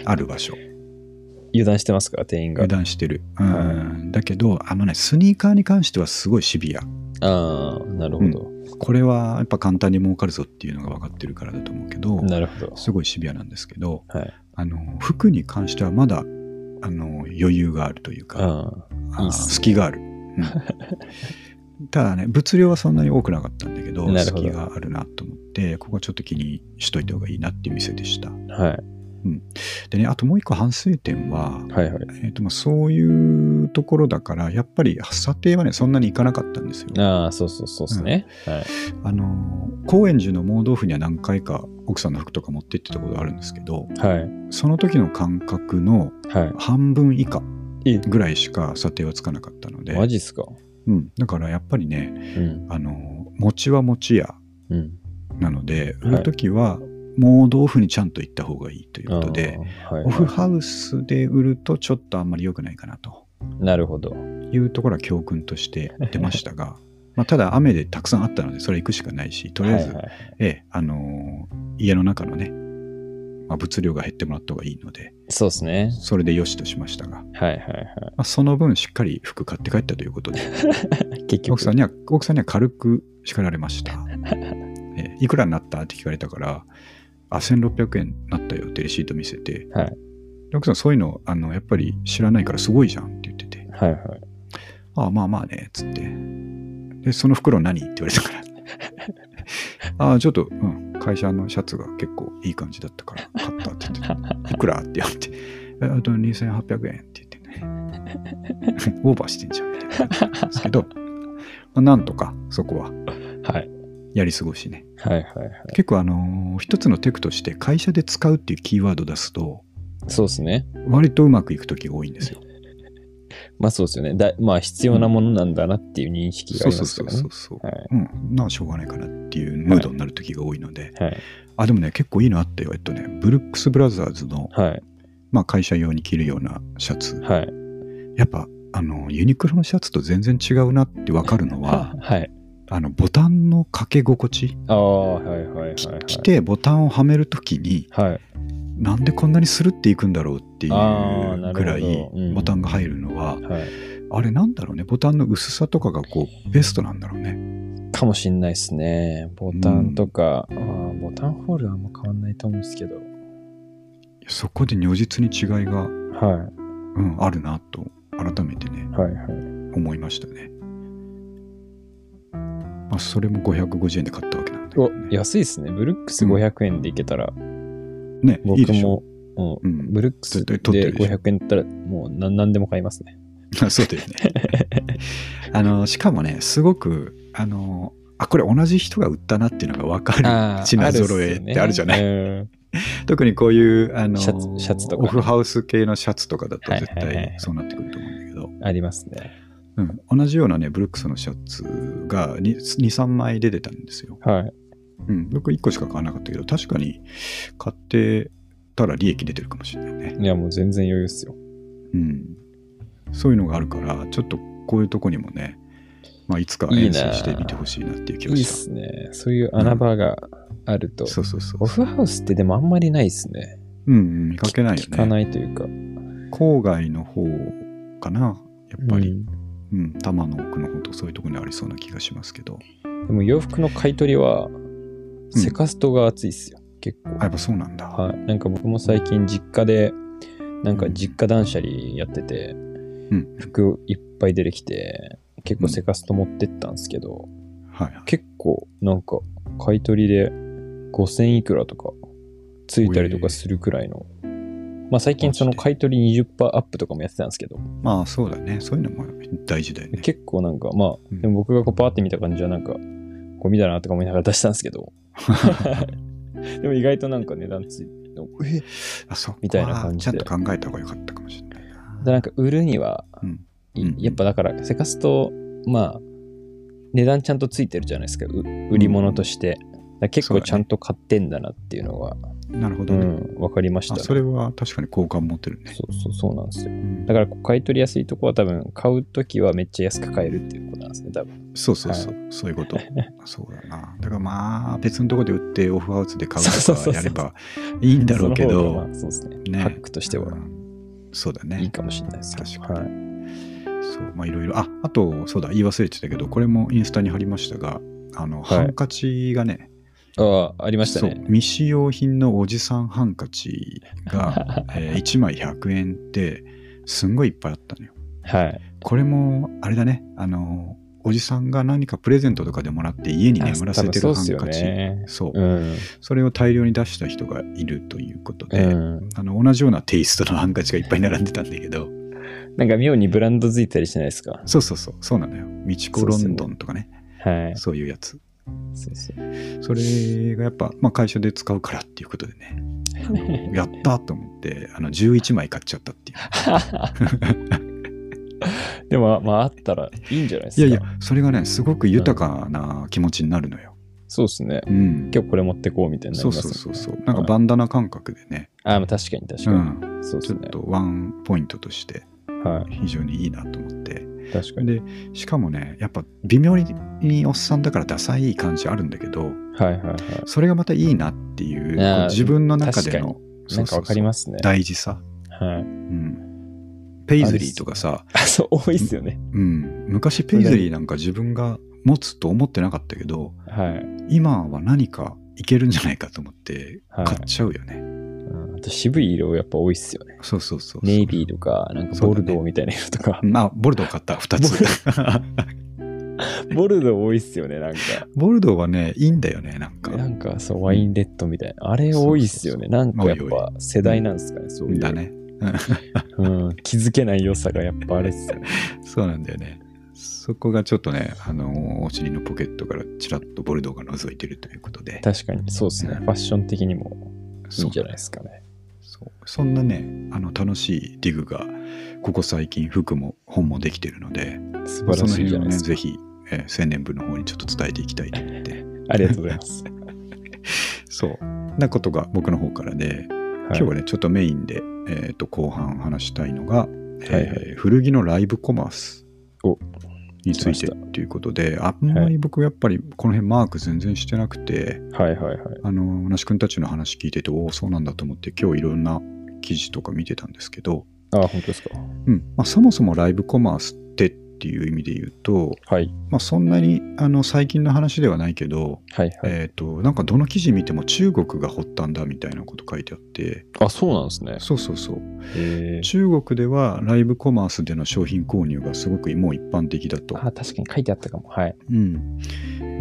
[SPEAKER 1] ある場所。
[SPEAKER 2] 油断してますから、店員が
[SPEAKER 1] 油。断してる。うん。だけど、あのね、スニーカーに関してはすごいシビア。
[SPEAKER 2] ああ、なるほど。
[SPEAKER 1] これはやっぱ簡単に儲かるぞっていうのが分かってるからだと思うけど、
[SPEAKER 2] なるほど。
[SPEAKER 1] すごいシビアなんですけど、
[SPEAKER 2] はい。
[SPEAKER 1] あの服に関してはまだあの余裕があるというか、
[SPEAKER 2] あ
[SPEAKER 1] あー
[SPEAKER 2] いいっすね
[SPEAKER 1] 隙がある。うん ただね、物量はそんなに多くなかったんだけど、
[SPEAKER 2] なるほど
[SPEAKER 1] 隙があるなと思って、ここはちょっと気にしといた方がいいなっていう店でした。
[SPEAKER 2] あ、はい。
[SPEAKER 1] でね、あともう一個反省点は、
[SPEAKER 2] はいはい。
[SPEAKER 1] えー、とまあそういうところだから、やっぱり査定はね、そんなにいかなかったんですよ。
[SPEAKER 2] ああ、そうそうそうですね。はい。
[SPEAKER 1] あの高円寺の盲豆腐には何回か奥さんの服とか持ってってたことあるんですけど
[SPEAKER 2] はい。
[SPEAKER 1] その時の感覚の
[SPEAKER 2] は
[SPEAKER 1] 半分以下
[SPEAKER 2] い。え、
[SPEAKER 1] ぐらいしか査定はつかなかったので、
[SPEAKER 2] マジっすか
[SPEAKER 1] うん、だからやっぱりね
[SPEAKER 2] うん。
[SPEAKER 1] あの餅は餅屋
[SPEAKER 2] うん。
[SPEAKER 1] なので
[SPEAKER 2] はい
[SPEAKER 1] 売る時は盲豆腐にちゃんと行った方がいいということで、
[SPEAKER 2] あーはい
[SPEAKER 1] オフ
[SPEAKER 2] は
[SPEAKER 1] ハウスで売るとちょっとあんまり良くないかなと
[SPEAKER 2] い。なるほど。
[SPEAKER 1] いうところは教訓として出ましたが まあただ雨でたくさんあったのでそれ行くしかないしとりあえず
[SPEAKER 2] はいはい
[SPEAKER 1] ええ、あのー家の中のね、まあ、物量が減ってもらった方がいいので、
[SPEAKER 2] そうですね。
[SPEAKER 1] それで良しとしましたが、ま
[SPEAKER 2] はいはいは
[SPEAKER 1] あ、その分しっかり服買って帰ったということで、
[SPEAKER 2] い。結局。
[SPEAKER 1] 奥さんには、奥さんには軽く叱られま した。ええいくらになったって聞かれたから、あ、1600円になったよってレシート見せて、
[SPEAKER 2] はい
[SPEAKER 1] で奥さんそういうの、あの、やっぱり知らないからすごいじゃんって言ってて、
[SPEAKER 2] はいはい。
[SPEAKER 1] ああ、まあまあね、つって。で、その袋何って言われたから。 ああ、ちょっと、うん、会社のシャツが結構いい感じだったから買ったって言って。いくらって言われて。えあと2800円って言ってね。 オーバーしてんじゃんみたいな感じなんですけど、まあ、なんとかそこは
[SPEAKER 2] はい。
[SPEAKER 1] やり過ごしね。
[SPEAKER 2] はいはいはい。
[SPEAKER 1] 結構あのー一つのテクとして会社で使うっていうキーワード出すと、
[SPEAKER 2] そうですね。
[SPEAKER 1] 割とうまくいく時が多いんですよ。
[SPEAKER 2] まあそうですよね。だまあ必要なものなんだなっていう認識があ
[SPEAKER 1] そう
[SPEAKER 2] り
[SPEAKER 1] そ
[SPEAKER 2] ま
[SPEAKER 1] う
[SPEAKER 2] す
[SPEAKER 1] そ
[SPEAKER 2] か
[SPEAKER 1] う
[SPEAKER 2] らね
[SPEAKER 1] そう。そう。
[SPEAKER 2] は
[SPEAKER 1] うん、なあしょうがないかなっていうムードになる時が多いので、
[SPEAKER 2] はい。
[SPEAKER 1] あ、でもね、結構いいのあったよ。えっとね、ブルックス・ブラザーズの、
[SPEAKER 2] はい。
[SPEAKER 1] まあ、会社用に着るようなシャツ。
[SPEAKER 2] はい。、
[SPEAKER 1] やっぱ、あの、ユニクロのシャツと全然違うなってわかるのは
[SPEAKER 2] はい。
[SPEAKER 1] あの、ボタンのかけ心地。
[SPEAKER 2] ああ、はいはいはいはい。
[SPEAKER 1] き着てボタンをはめるときに、
[SPEAKER 2] はい。
[SPEAKER 1] なんでこんなにスルっていくんだろうってい
[SPEAKER 2] あー
[SPEAKER 1] う
[SPEAKER 2] なるほど
[SPEAKER 1] ぐらい
[SPEAKER 2] うん、
[SPEAKER 1] ボタンが入るのは、
[SPEAKER 2] はい。
[SPEAKER 1] あれなんだろうね、ボタンの薄さとかがこう、ベストなんだろうね。
[SPEAKER 2] かもしんないですね。ボタンとか、あーボタンホールはあんま変わんないと思うんですけど。
[SPEAKER 1] そこで如実に違いが、
[SPEAKER 2] は
[SPEAKER 1] うん、あるなと、改めてね、
[SPEAKER 2] い。はいはい。
[SPEAKER 1] 思いましたね。まあ、それも550円で買ったわけなんだけど
[SPEAKER 2] お、
[SPEAKER 1] ね。
[SPEAKER 2] 安いですね。ブルックス
[SPEAKER 1] うん
[SPEAKER 2] 500円でいけたら、
[SPEAKER 1] ね、いい
[SPEAKER 2] 僕
[SPEAKER 1] でしょ。
[SPEAKER 2] も、うん
[SPEAKER 1] うん
[SPEAKER 2] ブルックス
[SPEAKER 1] 絶対取って
[SPEAKER 2] で
[SPEAKER 1] るでしょ
[SPEAKER 2] 500円だったら、もう何何でも買いますね。
[SPEAKER 1] あそうだよね。 あの、しかもね、すごく、あの、あ、これ同じ人が売ったなっていうのがわかる 品揃えってあるじゃない。
[SPEAKER 2] い。
[SPEAKER 1] 特にこういう、あの
[SPEAKER 2] シャツシャツとか
[SPEAKER 1] オフハウス系のシャツとかだと
[SPEAKER 2] はい
[SPEAKER 1] 絶
[SPEAKER 2] はいはい
[SPEAKER 1] 対そうなってくると思うんだけど、
[SPEAKER 2] ありますね。
[SPEAKER 1] うん、同じようなね、ブルックスのシャツが2、3枚出てたんですよ。
[SPEAKER 2] はい。
[SPEAKER 1] うん、僕1個しか買わなかったけど、確かに買ってたら利益出てるかもしれないね。
[SPEAKER 2] いや、もう全然余裕っすよ。
[SPEAKER 1] うん。そういうのがあるから、ちょっとこういうとこにもね、まあ、いつか遠征してみてほしいなっていう気
[SPEAKER 2] い
[SPEAKER 1] が
[SPEAKER 2] いっ
[SPEAKER 1] し
[SPEAKER 2] すね。そういう穴場があると。
[SPEAKER 1] た。そうそうそう
[SPEAKER 2] オ。フハウスってでもあんまりないですね。
[SPEAKER 1] うんうん、見かけないよ
[SPEAKER 2] 聞か
[SPEAKER 1] ね。
[SPEAKER 2] ないというか。
[SPEAKER 1] 郊外の方かな、やっぱり。
[SPEAKER 2] うん
[SPEAKER 1] うん、多摩の奥の方とそういうところにありそうな気がしますけど。
[SPEAKER 2] でも洋服の買い取りは、セカストが熱いっすよ。結構。
[SPEAKER 1] あ、やっぱそうなんだ。
[SPEAKER 2] はい、なんか僕も最近実家でなんか実家断捨離やってて
[SPEAKER 1] うん。
[SPEAKER 2] 服いっぱい出てきて結構セカスト持ってったんですけど、
[SPEAKER 1] はいはい。
[SPEAKER 2] 結構なんか買い取りで5000いくらとかついたりとかするくらいの、まあ最近その
[SPEAKER 1] マジで
[SPEAKER 2] 買い取り20%アップとかもやってたんですけど
[SPEAKER 1] まあそうだね。そういうのも大事だよね。
[SPEAKER 2] 結構なんかまあ
[SPEAKER 1] うん
[SPEAKER 2] でも僕がこうパーって見た感じはなんかゴミだなとか思いながら出したんですけ どでも意外となんか値段ついえ
[SPEAKER 1] あ、そっか
[SPEAKER 2] みたいな感じ
[SPEAKER 1] ちゃん
[SPEAKER 2] で
[SPEAKER 1] と考えた方が良かったかもしれないな。
[SPEAKER 2] でなんか売るには、
[SPEAKER 1] うん
[SPEAKER 2] い
[SPEAKER 1] うん
[SPEAKER 2] やっぱだからセカストまあ値段ちゃんとついてるじゃないですかう売り物として、だから結
[SPEAKER 1] そう
[SPEAKER 2] 構
[SPEAKER 1] だね
[SPEAKER 2] ちゃんと買ってんだなっていうのが
[SPEAKER 1] なるほ
[SPEAKER 2] う
[SPEAKER 1] どね。
[SPEAKER 2] ん、分かりました
[SPEAKER 1] あ
[SPEAKER 2] ね、
[SPEAKER 1] それは確かに好感持ってるね。
[SPEAKER 2] そうそうそうなんですよ
[SPEAKER 1] うん
[SPEAKER 2] だからこう買い取りやすいとこは多分買うときはめっちゃ安く買えるっていうことなんですね多分
[SPEAKER 1] そうそうそう、そういう こと。そうだな。だからまあ、別のとこで売ってオフハウスで買う
[SPEAKER 2] そう
[SPEAKER 1] と
[SPEAKER 2] そ
[SPEAKER 1] か
[SPEAKER 2] うそう
[SPEAKER 1] やればいいんだろうけ
[SPEAKER 2] その方が
[SPEAKER 1] ど
[SPEAKER 2] ま、あそうですね
[SPEAKER 1] ね
[SPEAKER 2] ハックとしては
[SPEAKER 1] うんそうだね。
[SPEAKER 2] いいかもしれないですけど、
[SPEAKER 1] 確か
[SPEAKER 2] はい
[SPEAKER 1] に。そう、まあいろいろ。あ、あと、そうだ、言い忘れてたけど、これもインスタに貼りましたが、あの、
[SPEAKER 2] はい
[SPEAKER 1] ハンカチがね、
[SPEAKER 2] ああありました
[SPEAKER 1] そう
[SPEAKER 2] ね
[SPEAKER 1] 未使用品のおじさんハンカチ が、えー1枚100円ってすんごいいっぱいあったのよ。
[SPEAKER 2] はい
[SPEAKER 1] これもあれだねあのおじさんが何かプレゼントとかでもらって家に
[SPEAKER 2] あ
[SPEAKER 1] 眠らせてる
[SPEAKER 2] 多
[SPEAKER 1] ハ
[SPEAKER 2] 分そうっ
[SPEAKER 1] ン
[SPEAKER 2] すよ
[SPEAKER 1] カチ
[SPEAKER 2] ね
[SPEAKER 1] そう,、
[SPEAKER 2] うん、
[SPEAKER 1] それを大量に出した人がいるということで、
[SPEAKER 2] うん
[SPEAKER 1] あの同じようなテイストのハンカチがいっぱい並んでたんだけど
[SPEAKER 2] なんか妙にブランドづいたりしないですか
[SPEAKER 1] そうそうそうそうなのよ「みちこロンドン」とかね
[SPEAKER 2] はい。
[SPEAKER 1] そういうやつ
[SPEAKER 2] そう そう
[SPEAKER 1] それがやっぱ、まあ、会社で使うからっていうことでねあのやったーと思ってあの11枚買っちゃったっていう
[SPEAKER 2] でも、まあ、あったらいいんじゃないです
[SPEAKER 1] い
[SPEAKER 2] か。
[SPEAKER 1] やいやそれがねすごく豊かな気持ちになるのよ、
[SPEAKER 2] そうですね。
[SPEAKER 1] うん、
[SPEAKER 2] 今日これ持ってこうみたいになり
[SPEAKER 1] そう
[SPEAKER 2] ます
[SPEAKER 1] そう
[SPEAKER 2] ね
[SPEAKER 1] そうそうなんかバンダナ感覚でね、
[SPEAKER 2] あ、まあ、確かに確か
[SPEAKER 1] う
[SPEAKER 2] に。
[SPEAKER 1] ん、
[SPEAKER 2] そう
[SPEAKER 1] ち
[SPEAKER 2] です
[SPEAKER 1] ょっ
[SPEAKER 2] ね。
[SPEAKER 1] とワンポイントとして
[SPEAKER 2] は
[SPEAKER 1] 非常にいいなと思って
[SPEAKER 2] い。確かに。
[SPEAKER 1] でしかもねやっぱ微妙におっさんだからダサい感じあるんだけど
[SPEAKER 2] はいはいはい。
[SPEAKER 1] それがまたいいなっていう
[SPEAKER 2] いやー
[SPEAKER 1] 自分の中で
[SPEAKER 2] 確
[SPEAKER 1] の
[SPEAKER 2] なんかわかり
[SPEAKER 1] ま
[SPEAKER 2] ますね。
[SPEAKER 1] 大事さ、
[SPEAKER 2] はい。
[SPEAKER 1] うん、ペイズリーとかさ、
[SPEAKER 2] あ、そう、多いっすよね。
[SPEAKER 1] うん、昔ペイズリーなんか自分が持つと思ってなかったけど
[SPEAKER 2] はい。
[SPEAKER 1] 今は何かいけるんじゃないかと思って
[SPEAKER 2] はい
[SPEAKER 1] 買っちゃうよね、
[SPEAKER 2] うんあと渋い色やっぱ多いっすよね。
[SPEAKER 1] そうそうそうそう
[SPEAKER 2] ネイビーとか、なんかボルドーみたいな色と か。
[SPEAKER 1] まあボルドー買った2つ
[SPEAKER 2] ボルドー多いっすよね、なんか。
[SPEAKER 1] ボルドーはね、いいんだよね、なんか。
[SPEAKER 2] なんかそう、ワインレッドみたいな。あれ多いっすよね。なんかやっ
[SPEAKER 1] 多い
[SPEAKER 2] ぱ世代なんですかね、そういう。
[SPEAKER 1] だ。ね。
[SPEAKER 2] うん。気づけない良さがやっぱあれっすよね
[SPEAKER 1] そうなんだよね。そこがちょっとね、あの、お尻のポケットからちらっとボルドーが覗いてるということで。
[SPEAKER 2] 確かにそうですね。ファッション的にもいいんじゃないですかね。
[SPEAKER 1] そうそんなね、あの、楽しいディグが、ここ最近服も本もできてるので、
[SPEAKER 2] 素
[SPEAKER 1] まあそ
[SPEAKER 2] 晴
[SPEAKER 1] の
[SPEAKER 2] らしい
[SPEAKER 1] 辺
[SPEAKER 2] じゃ
[SPEAKER 1] を
[SPEAKER 2] ない
[SPEAKER 1] ね、
[SPEAKER 2] ですか。
[SPEAKER 1] ぜひ、えー青年部の方にちょっと伝えていきたいと思って。
[SPEAKER 2] ありがとうございます。
[SPEAKER 1] そう。なことが僕の方からで、今日はね、ちょっとメインで、えっ、と、後半話したいのが、
[SPEAKER 2] はいはい
[SPEAKER 1] えー古着のライブコマース
[SPEAKER 2] お
[SPEAKER 1] につい
[SPEAKER 2] 来
[SPEAKER 1] て
[SPEAKER 2] ま
[SPEAKER 1] ということで、あんまり僕やっぱりこの辺マーク全然してなくて、
[SPEAKER 2] はいはいはいはい。
[SPEAKER 1] あの、那須君たちの話聞いてて、おお、そうなんだと思って、今日いろんな記事とか見てたんですけど、
[SPEAKER 2] あ、本当ですか。
[SPEAKER 1] うんまあ、そもそもライブコマースってっていう意味で言うと、
[SPEAKER 2] はい
[SPEAKER 1] まあ、そんなにあの最近の話ではないけど、
[SPEAKER 2] はいはい。
[SPEAKER 1] えっ、と、なんかどの記事見ても中国が発端だみたいなこと書いてあって、
[SPEAKER 2] あ、そうなんですね。
[SPEAKER 1] そうそうそう。
[SPEAKER 2] へえ
[SPEAKER 1] 中国ではライブコマースでの商品購入がすごくもう一般的だと。
[SPEAKER 2] あ、確かに書いてあったかも。はい。
[SPEAKER 1] うん、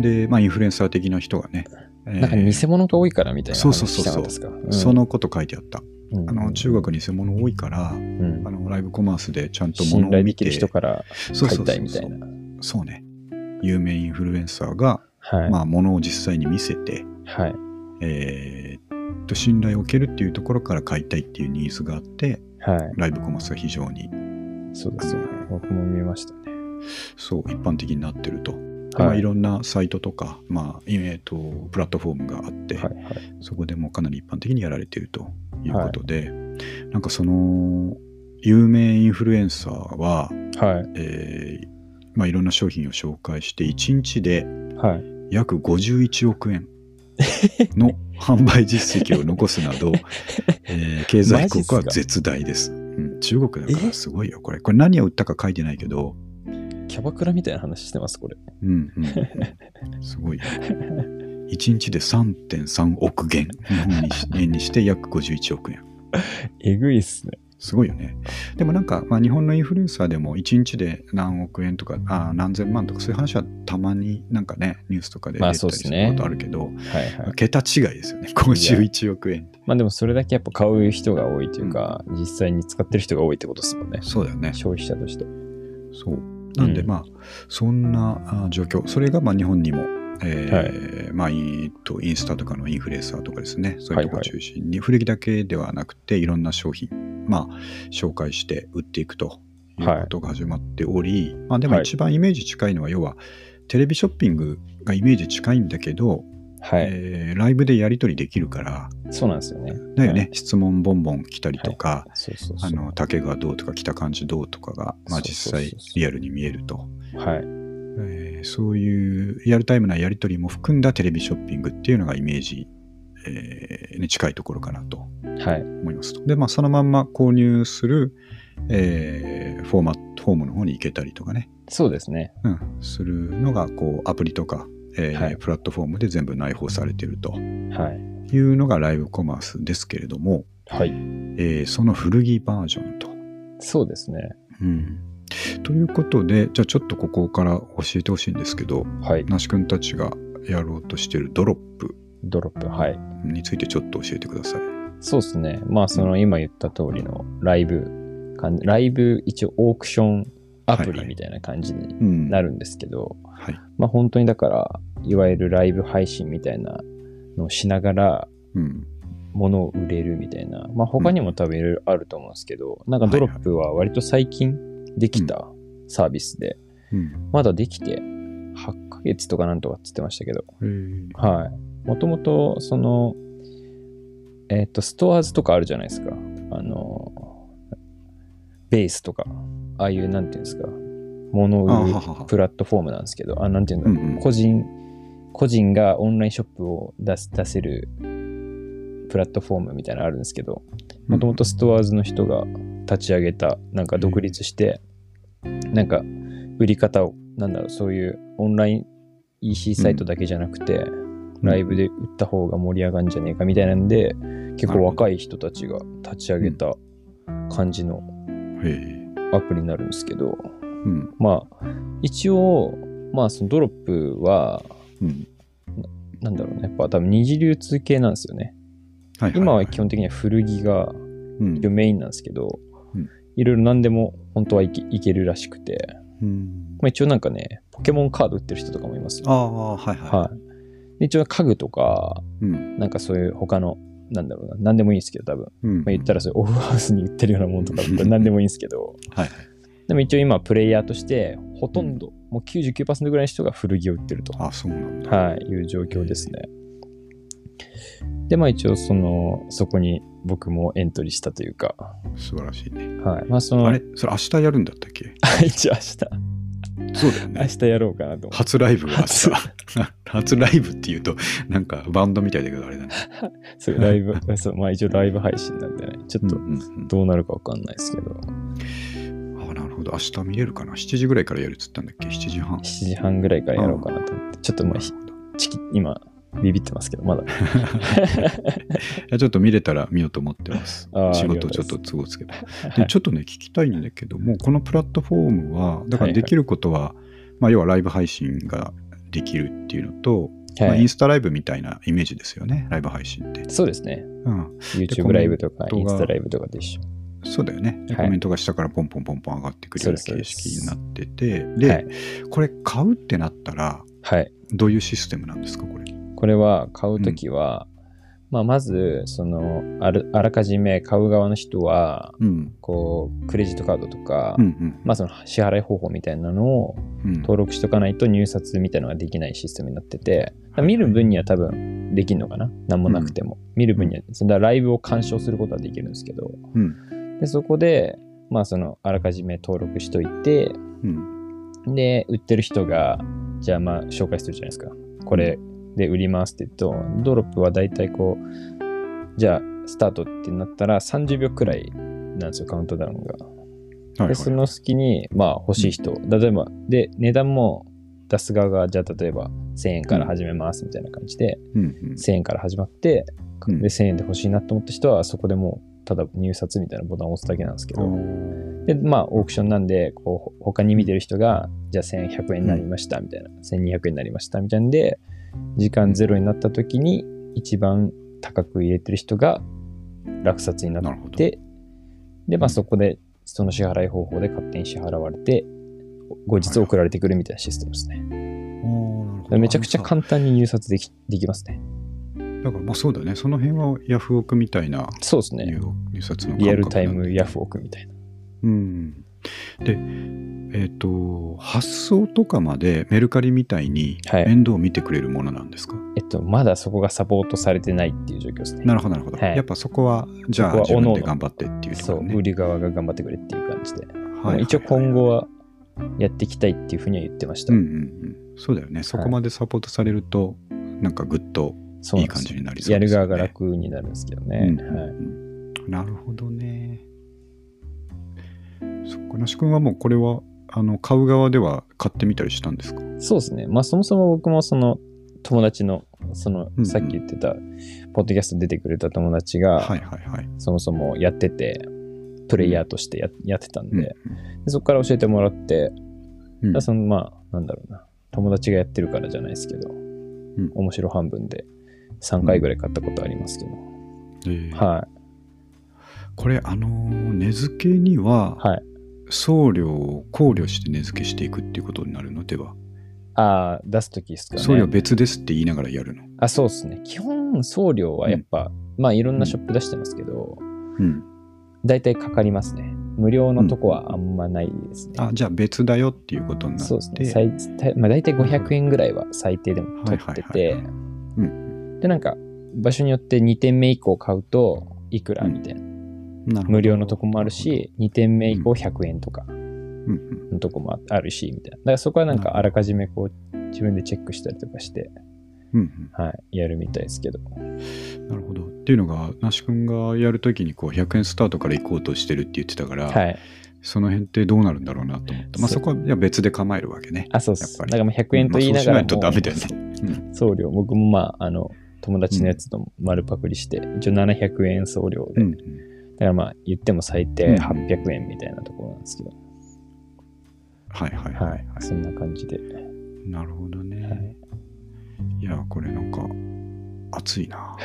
[SPEAKER 1] で、まあ、インフルエンサー的な人がね、えー
[SPEAKER 2] なんか偽物が多いからみたいな
[SPEAKER 1] そう
[SPEAKER 2] 話
[SPEAKER 1] そうそう
[SPEAKER 2] した
[SPEAKER 1] そ
[SPEAKER 2] ん
[SPEAKER 1] う
[SPEAKER 2] ですか。
[SPEAKER 1] そのこと書いてあった。
[SPEAKER 2] うん、
[SPEAKER 1] あの中国偽物多いから、
[SPEAKER 2] うん
[SPEAKER 1] あのライブコマースでちゃんと
[SPEAKER 2] 信
[SPEAKER 1] 物を
[SPEAKER 2] 頼で
[SPEAKER 1] 見
[SPEAKER 2] き
[SPEAKER 1] て、
[SPEAKER 2] る人から
[SPEAKER 1] そう
[SPEAKER 2] 買
[SPEAKER 1] そうそ
[SPEAKER 2] いうたいみたいな。
[SPEAKER 1] そうね。有名インフルエンサーが、
[SPEAKER 2] はい。
[SPEAKER 1] まあ、物を実際に見せて、
[SPEAKER 2] はい。
[SPEAKER 1] えーっと信頼を受けるっていうところから買いたいっていうニーズがあって、
[SPEAKER 2] はい。
[SPEAKER 1] ライブコマースは非常に
[SPEAKER 2] そうですね
[SPEAKER 1] あ。
[SPEAKER 2] 僕も見ましたね。
[SPEAKER 1] そう一般的になってると。でま
[SPEAKER 2] は
[SPEAKER 1] あ、
[SPEAKER 2] い
[SPEAKER 1] いろんなサイトとか、まあえー、とプラットフォームがあって、
[SPEAKER 2] はいはい。
[SPEAKER 1] そこでもうかなり一般的にやられているということで、なんかその有名インフルエンサーは、
[SPEAKER 2] はい。
[SPEAKER 1] えーまあ、いろんな商品を紹介して、1日で
[SPEAKER 2] はい。
[SPEAKER 1] 約51億円 の販売実績を残すなど、えー経済効果は絶大です。うん、中国だからすごいよ、これ。これ何を売ったか書いてないけど、
[SPEAKER 2] キャバクラみたいな話してます、これ。
[SPEAKER 1] うんうんうん、すごいよ。1日で3.3億元、日本にし円にして約51億円。
[SPEAKER 2] えぐいっすね。
[SPEAKER 1] すごいよね。でもなんか、まあ、日本のインフルエンサーでも1日で何億円とかあー何千万とかそういう話はたまになんかねニュースとかで出
[SPEAKER 2] ま
[SPEAKER 1] た
[SPEAKER 2] あ
[SPEAKER 1] りす
[SPEAKER 2] そうですね
[SPEAKER 1] ることあるけど、
[SPEAKER 2] はいはい。
[SPEAKER 1] 桁違いですよね51億円
[SPEAKER 2] まあでもそれだけやっぱ買う人が多いというか、実際に使ってる人が多いってことですもんね。
[SPEAKER 1] そうだよね
[SPEAKER 2] 消費者として。
[SPEAKER 1] そうなんで、
[SPEAKER 2] うん
[SPEAKER 1] まあそんなあー状況それがまあ日本にも、えーまあいいとインスタとかのインフルエンサーとかですねそういうとこ
[SPEAKER 2] はいはい
[SPEAKER 1] 中心に、古着だけではなくていろんな商品まあ紹介して売っていくということが始まっており、まあでも
[SPEAKER 2] はい
[SPEAKER 1] 一番イメージ近いのは要はテレビショッピングがイメージ近いんだけど、
[SPEAKER 2] はい。
[SPEAKER 1] えーライブでやり取りできるから
[SPEAKER 2] そうなんですよね。
[SPEAKER 1] だよね、
[SPEAKER 2] はい。
[SPEAKER 1] 質問ボンボン来たりとか、
[SPEAKER 2] そうそうそ
[SPEAKER 1] あ
[SPEAKER 2] う。
[SPEAKER 1] の竹がどうとか着た感じどうとかが、まあ、
[SPEAKER 2] そうそ
[SPEAKER 1] 実
[SPEAKER 2] うそうそう
[SPEAKER 1] 際リアルに見えると
[SPEAKER 2] はい。
[SPEAKER 1] えーそういうリアルタイムなやり取りも含んだテレビショッピングっていうのがイメージ、えーに近いところかなと
[SPEAKER 2] はい。
[SPEAKER 1] 思いますとで、まあ、そのまんま購入する、えーフォーマットフォームの方に行けたりとかね、
[SPEAKER 2] そうですね。
[SPEAKER 1] うん、するのがこうアプリとか、えー
[SPEAKER 2] はい
[SPEAKER 1] プラットフォームで全部内包されてると
[SPEAKER 2] はい。
[SPEAKER 1] いうのがライブコマースですけれども、
[SPEAKER 2] はい。
[SPEAKER 1] えーその古着バージョンと
[SPEAKER 2] そうですね。
[SPEAKER 1] うんということで、じゃあちょっとここから教えてほしいんですけど、
[SPEAKER 2] はい。
[SPEAKER 1] 那須君たちがやろうとしてるドロップ
[SPEAKER 2] ドロップ。はい。
[SPEAKER 1] についてちょっと教えてください。
[SPEAKER 2] そうですね。まあ、その今言った通りのライブ感じ、ライブ一応オークションアプ
[SPEAKER 1] はいは
[SPEAKER 2] リ
[SPEAKER 1] い
[SPEAKER 2] みたいな感じに
[SPEAKER 1] うん
[SPEAKER 2] なるんですけど、
[SPEAKER 1] はい。
[SPEAKER 2] まあ本当にだから、いわゆるライブ配信みたいなのをしながら、
[SPEAKER 1] うん。
[SPEAKER 2] 物を売れるみたいな、まあ他にも多分いろいろあると思うんですけど、なんかドロップは割と最近できたサービスで、
[SPEAKER 1] うん。
[SPEAKER 2] まだできて8ヶ月とかなんとかって言ってましたけど、
[SPEAKER 1] えー
[SPEAKER 2] はい。もともと、その、えっ、と、ストアーズとかあるじゃないですか。あの、ベースとか、ああいう、なんていうんですか、物を
[SPEAKER 1] あ
[SPEAKER 2] 売
[SPEAKER 1] は
[SPEAKER 2] る
[SPEAKER 1] はは。
[SPEAKER 2] プラットフォームなんですけど、あ、なんていうんだろう、
[SPEAKER 1] うんうん
[SPEAKER 2] 個人、個人がオンラインショップを出す出せるプラットフォームみたいなのあるんですけど、もともとストアーズの人が立ち上げた、なんか独立して、なんか売り方を、なんだろう、そういうオンライン EC サイトだけじゃなくて、ライブで売った方が盛り上がるんじゃねえかみたいなんで、結構若い人たちが立ち上げた感じの
[SPEAKER 1] うん。え
[SPEAKER 2] アプリになるんですけど、
[SPEAKER 1] ーうん。
[SPEAKER 2] まあ、一応、まあ、そのドロップは、
[SPEAKER 1] うん。
[SPEAKER 2] なんだろうね、やっぱ多分二次流通系なんですよね。
[SPEAKER 1] はいいい
[SPEAKER 2] 今は基本的には古着が
[SPEAKER 1] うん
[SPEAKER 2] メインなんですけど
[SPEAKER 1] うん、
[SPEAKER 2] いろいろ何でも本当はいけいけるらしくて、
[SPEAKER 1] うん
[SPEAKER 2] まあ、一応なんかね、ポケモンカード売ってる人とかもいますよ
[SPEAKER 1] ああ、はいはい。
[SPEAKER 2] はい。で一応家具とか、
[SPEAKER 1] うん。
[SPEAKER 2] なんかそういう他の、なんだろうな、何でもいいんですけど、多分。
[SPEAKER 1] うん。
[SPEAKER 2] まあ、言った
[SPEAKER 1] ら。
[SPEAKER 2] らそういうオフハウスに売ってるようなものとかだった ら何でもいいんですけど、
[SPEAKER 1] はい。
[SPEAKER 2] でも一応今プレイヤーとしてほとんど、もう99%ぐらいの人が古着を売ってると、
[SPEAKER 1] あ、そうなんだ。
[SPEAKER 2] はい、いう状況ですね。で、まあ一応その、そこに僕もエントリーしたというか、
[SPEAKER 1] 素晴らしいね。
[SPEAKER 2] はい。まあその、
[SPEAKER 1] あれそれ明日やるんだったっけ
[SPEAKER 2] 一応明日、
[SPEAKER 1] そうだよ
[SPEAKER 2] 明
[SPEAKER 1] ね。
[SPEAKER 2] 日やろうかなと思って。
[SPEAKER 1] 初ライブが明日
[SPEAKER 2] 初。
[SPEAKER 1] 初ライブっていうと、なんかバンドみたいだけどあれだね。
[SPEAKER 2] そう、ライ ブ、そう、まあ一応ライブ配信なんでね、ちょっと
[SPEAKER 1] うんうん
[SPEAKER 2] どうなるかわかんないですけど、
[SPEAKER 1] うんあ、なるほど。明日見れるかな ?7 時ぐらいからやるっつったんだっけ ?7 時半。
[SPEAKER 2] 7時半ぐらいからやろうかなと思って、ちょっとまあひ、チキ今、ビビってますけど、 まだ。
[SPEAKER 1] いやちょっと見れたら見ようと思ってます
[SPEAKER 2] あ。ー
[SPEAKER 1] 仕事
[SPEAKER 2] ありが
[SPEAKER 1] ち
[SPEAKER 2] と
[SPEAKER 1] ょっ
[SPEAKER 2] うござ
[SPEAKER 1] と都合つけば。
[SPEAKER 2] は
[SPEAKER 1] で
[SPEAKER 2] い
[SPEAKER 1] ちょっとね、聞きたいんだけども、このプラットフォームは、だか
[SPEAKER 2] は
[SPEAKER 1] ら
[SPEAKER 2] いはい
[SPEAKER 1] できることは、まあ、要はライブ配信ができるっていうのと、ま
[SPEAKER 2] は
[SPEAKER 1] あ、
[SPEAKER 2] い
[SPEAKER 1] インスタライブみたいなイメージですよね、ライブ配信って。
[SPEAKER 2] そうですね。
[SPEAKER 1] うん、
[SPEAKER 2] YouTube ライブとか、
[SPEAKER 1] コメ
[SPEAKER 2] イ
[SPEAKER 1] ン
[SPEAKER 2] ン
[SPEAKER 1] トが
[SPEAKER 2] スタライブとかで一緒。
[SPEAKER 1] そうだよね、で
[SPEAKER 2] はい
[SPEAKER 1] コメントが下からポンポンポンポン上がってくるような
[SPEAKER 2] そう
[SPEAKER 1] 形
[SPEAKER 2] です
[SPEAKER 1] 式になってて、で、
[SPEAKER 2] はい。
[SPEAKER 1] これ買うってなったら、
[SPEAKER 2] はい。
[SPEAKER 1] どういうシステムなんですか、これ。
[SPEAKER 2] これは買うときは、まあ、まず、そのある、あらかじめ買う側の人は、
[SPEAKER 1] うん。
[SPEAKER 2] こう、クレジットカードとか、
[SPEAKER 1] うんうん。
[SPEAKER 2] まあ、その支払い方法みたいなのを
[SPEAKER 1] うん
[SPEAKER 2] 登録しとかないと入札みたいなのができないシステムになってて、
[SPEAKER 1] はい
[SPEAKER 2] 見る分には多分できるのかな何もなくても、見る分にはそんなライブを鑑賞することはできるんですけど、
[SPEAKER 1] うん
[SPEAKER 2] でそこでまあそのあらかじめ登録しといて
[SPEAKER 1] うん
[SPEAKER 2] で、売ってる人が、じゃあまあ紹介するじゃないですか。これで売りますって言うと、ドロップはだいたいこう、じゃあスタートってなったら30秒くらいなんですよ、カウントダウンが。
[SPEAKER 1] はいは
[SPEAKER 2] で、
[SPEAKER 1] い
[SPEAKER 2] その隙に、まあ欲しい人、例えば、で、値段も出す側が、じゃあ例えば1000円から始めますみたいな感じで、
[SPEAKER 1] うんうん
[SPEAKER 2] 1000円から始まって、
[SPEAKER 1] うん
[SPEAKER 2] で1000円で欲しいなと思った人はそこでもうただ入札みたいなボタンを押すだけなんですけ
[SPEAKER 1] あ
[SPEAKER 2] ど、
[SPEAKER 1] ー
[SPEAKER 2] でまあオークションなんでこうほ他に見てる人がじゃあ1100円になりましたみたいな、1200円になりましたみたいなんで時間ゼロになった時に一番高く入れてる人が落札にな
[SPEAKER 1] な
[SPEAKER 2] っ
[SPEAKER 1] るほど。
[SPEAKER 2] てでま
[SPEAKER 1] う
[SPEAKER 2] あ
[SPEAKER 1] ん
[SPEAKER 2] そこでその支払い方法で勝手に支払われて後日送られてくるみたいなシステムですね。
[SPEAKER 1] あーなるほど
[SPEAKER 2] めちゃくちゃ
[SPEAKER 1] あのさ
[SPEAKER 2] 簡単に入札できできますね。
[SPEAKER 1] だからまあそうだね、その辺はヤフオクみたいな
[SPEAKER 2] そうですね。
[SPEAKER 1] 入入札の感覚なんだ
[SPEAKER 2] リアルタイムヤフオクみたいな。
[SPEAKER 1] うん。で、えっ、と、発送とかまでメルカリみたいに
[SPEAKER 2] はい
[SPEAKER 1] 面倒を見てくれるものなんですか、
[SPEAKER 2] えっと、まだそこがサポートされてないっていう状況ですね。
[SPEAKER 1] なるほど、なるほど、
[SPEAKER 2] はい
[SPEAKER 1] やっぱそこは、じゃあ
[SPEAKER 2] そこは
[SPEAKER 1] 自分
[SPEAKER 2] 各
[SPEAKER 1] で
[SPEAKER 2] 々
[SPEAKER 1] 頑張ってっていうとこ
[SPEAKER 2] そ
[SPEAKER 1] ろ
[SPEAKER 2] う、
[SPEAKER 1] ね。
[SPEAKER 2] 売り側が頑張ってくれっていう感じで。
[SPEAKER 1] はい
[SPEAKER 2] もう一応今
[SPEAKER 1] は
[SPEAKER 2] 後はやっていきたいっていうふうには言ってまし
[SPEAKER 1] い
[SPEAKER 2] た。
[SPEAKER 1] はいうんうんうん。そうだよね、そこまでサポートされると、なんかぐっと
[SPEAKER 2] そう
[SPEAKER 1] い
[SPEAKER 2] ないんで
[SPEAKER 1] 感
[SPEAKER 2] す
[SPEAKER 1] じ
[SPEAKER 2] よ
[SPEAKER 1] になりそ
[SPEAKER 2] や
[SPEAKER 1] うで
[SPEAKER 2] る
[SPEAKER 1] すよね。
[SPEAKER 2] 側が楽になるんですけどね。
[SPEAKER 1] うん
[SPEAKER 2] はい、
[SPEAKER 1] なるほどね。そっか、那須君はもうこれは、あの買う側では買ってみたりしたんですか
[SPEAKER 2] そうですね。まあそもそも僕もその友達の、その
[SPEAKER 1] うん
[SPEAKER 2] さっき言ってた、ポッドキャスト出てくれた友達が、
[SPEAKER 1] はいはいはい。
[SPEAKER 2] そもそもやってて、プレイヤーとしてや,、やってたんで、でそこから教えてもらって、
[SPEAKER 1] うん
[SPEAKER 2] だからそのまあなんだろうな友達がやってるからじゃないですけど、
[SPEAKER 1] ん
[SPEAKER 2] 面白半分で3回ぐらい買ったことありますけど、
[SPEAKER 1] えー
[SPEAKER 2] は
[SPEAKER 1] これあのー値付けにはい
[SPEAKER 2] はい
[SPEAKER 1] 送料を考慮して値付けしていくっていうことになるのでは、
[SPEAKER 2] ああ出す時ですか
[SPEAKER 1] 送料
[SPEAKER 2] ね
[SPEAKER 1] 別ですって言いながらやるの、
[SPEAKER 2] あそうですね基本送料はやっぱ、まあいろんなショップ出してますけど、
[SPEAKER 1] うん、
[SPEAKER 2] だいたいかかりますね無料のとこはあんまないですね、
[SPEAKER 1] あじゃあ別だよっていうことになって
[SPEAKER 2] そうですね最最まあ、大体500円ぐらいは最低でも取って
[SPEAKER 1] はい
[SPEAKER 2] て
[SPEAKER 1] はいはいはいう
[SPEAKER 2] でなんか場所によって2点目以降買うといくらみたいな、
[SPEAKER 1] なるほど
[SPEAKER 2] 無料のとこもあるし2点目以降100円とか
[SPEAKER 1] うんうん
[SPEAKER 2] のとこもああるしみたいなだからそこはなんかあらかじめこう自分でチェックしたりとかして、
[SPEAKER 1] うん
[SPEAKER 2] はい、やるみたいですけど
[SPEAKER 1] うん、なるほどっていうのが那須君がやるときにこう100円スタートから行こうとしてるって言ってたから、
[SPEAKER 2] はい
[SPEAKER 1] その辺ってどうなるんだろうなと思って、まあ、
[SPEAKER 2] そう
[SPEAKER 1] そこはじゃあ別で構えるわけね
[SPEAKER 2] あそうっす
[SPEAKER 1] やっぱ
[SPEAKER 2] だ
[SPEAKER 1] り
[SPEAKER 2] からまあ100円と言いながらも、
[SPEAKER 1] うんまあそうしないとダメだよね、
[SPEAKER 2] 送料僕もまああの友達のやつと丸パクリして、一応700円送料
[SPEAKER 1] う
[SPEAKER 2] で、
[SPEAKER 1] ん
[SPEAKER 2] だからまあ言っても最低
[SPEAKER 1] うん
[SPEAKER 2] 800円みたいなところなんですけど、
[SPEAKER 1] はいはいはい、
[SPEAKER 2] は
[SPEAKER 1] はい
[SPEAKER 2] い、そんな感じで、
[SPEAKER 1] なるほどね、
[SPEAKER 2] はい
[SPEAKER 1] い、やこれなんか熱い な、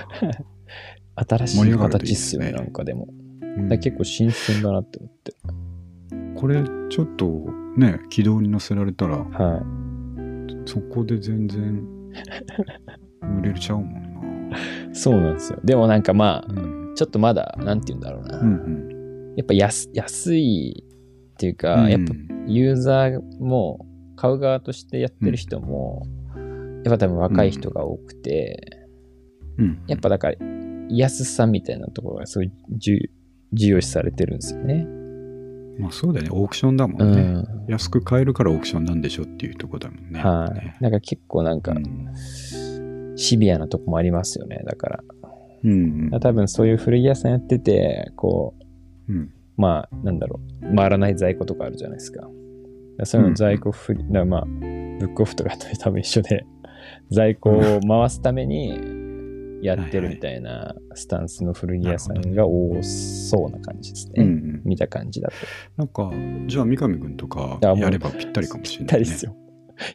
[SPEAKER 2] 新し
[SPEAKER 1] 盛り
[SPEAKER 2] い
[SPEAKER 1] 上がるといい
[SPEAKER 2] 形
[SPEAKER 1] で
[SPEAKER 2] っす
[SPEAKER 1] す
[SPEAKER 2] よ
[SPEAKER 1] ね
[SPEAKER 2] ねなんかでも
[SPEAKER 1] うん
[SPEAKER 2] だから結構新鮮だなって思って、
[SPEAKER 1] これちょっとね軌道に乗せられたら
[SPEAKER 2] はい
[SPEAKER 1] そこで全然売れちゃうもん な、
[SPEAKER 2] そうなんですよ。でもなんかまあ、
[SPEAKER 1] うん
[SPEAKER 2] ちょっとまだ、なんて言うんだろうな。
[SPEAKER 1] うん
[SPEAKER 2] やっぱ安安いっていう
[SPEAKER 1] う
[SPEAKER 2] か、
[SPEAKER 1] ん、
[SPEAKER 2] やっぱユーザーも、買う側としてやってる人も、やっぱ多分若い人が多くて、
[SPEAKER 1] うん
[SPEAKER 2] やっぱだから、安さみたいなところがすごい重重要視されてるんですよね。
[SPEAKER 1] まあそうだよねオークションだも
[SPEAKER 2] うん
[SPEAKER 1] ね、
[SPEAKER 2] ん。
[SPEAKER 1] 安く買えるからオークションなんでしょっていうとこだもんね
[SPEAKER 2] はい。なんか結構なんか
[SPEAKER 1] う、ん
[SPEAKER 2] シビアなとこもありますよね。だから、
[SPEAKER 1] うん
[SPEAKER 2] だから多分そういう古着屋さんやってて、こう、
[SPEAKER 1] うん
[SPEAKER 2] まあなんだろう回らない在庫とかあるじゃないですか。だからそういうの在庫ふり、だからまあブックオフとかと多分一緒で在庫を回すためにやってるみたいなスタンスの古着屋さんが多そうな感じですね。
[SPEAKER 1] うんうん
[SPEAKER 2] 見た感じだと。
[SPEAKER 1] なんかじゃあ三上君とか
[SPEAKER 2] あもう
[SPEAKER 1] やればぴったりかもしれ
[SPEAKER 2] ぴっ
[SPEAKER 1] な
[SPEAKER 2] た
[SPEAKER 1] い、
[SPEAKER 2] り
[SPEAKER 1] ね、
[SPEAKER 2] ですよ。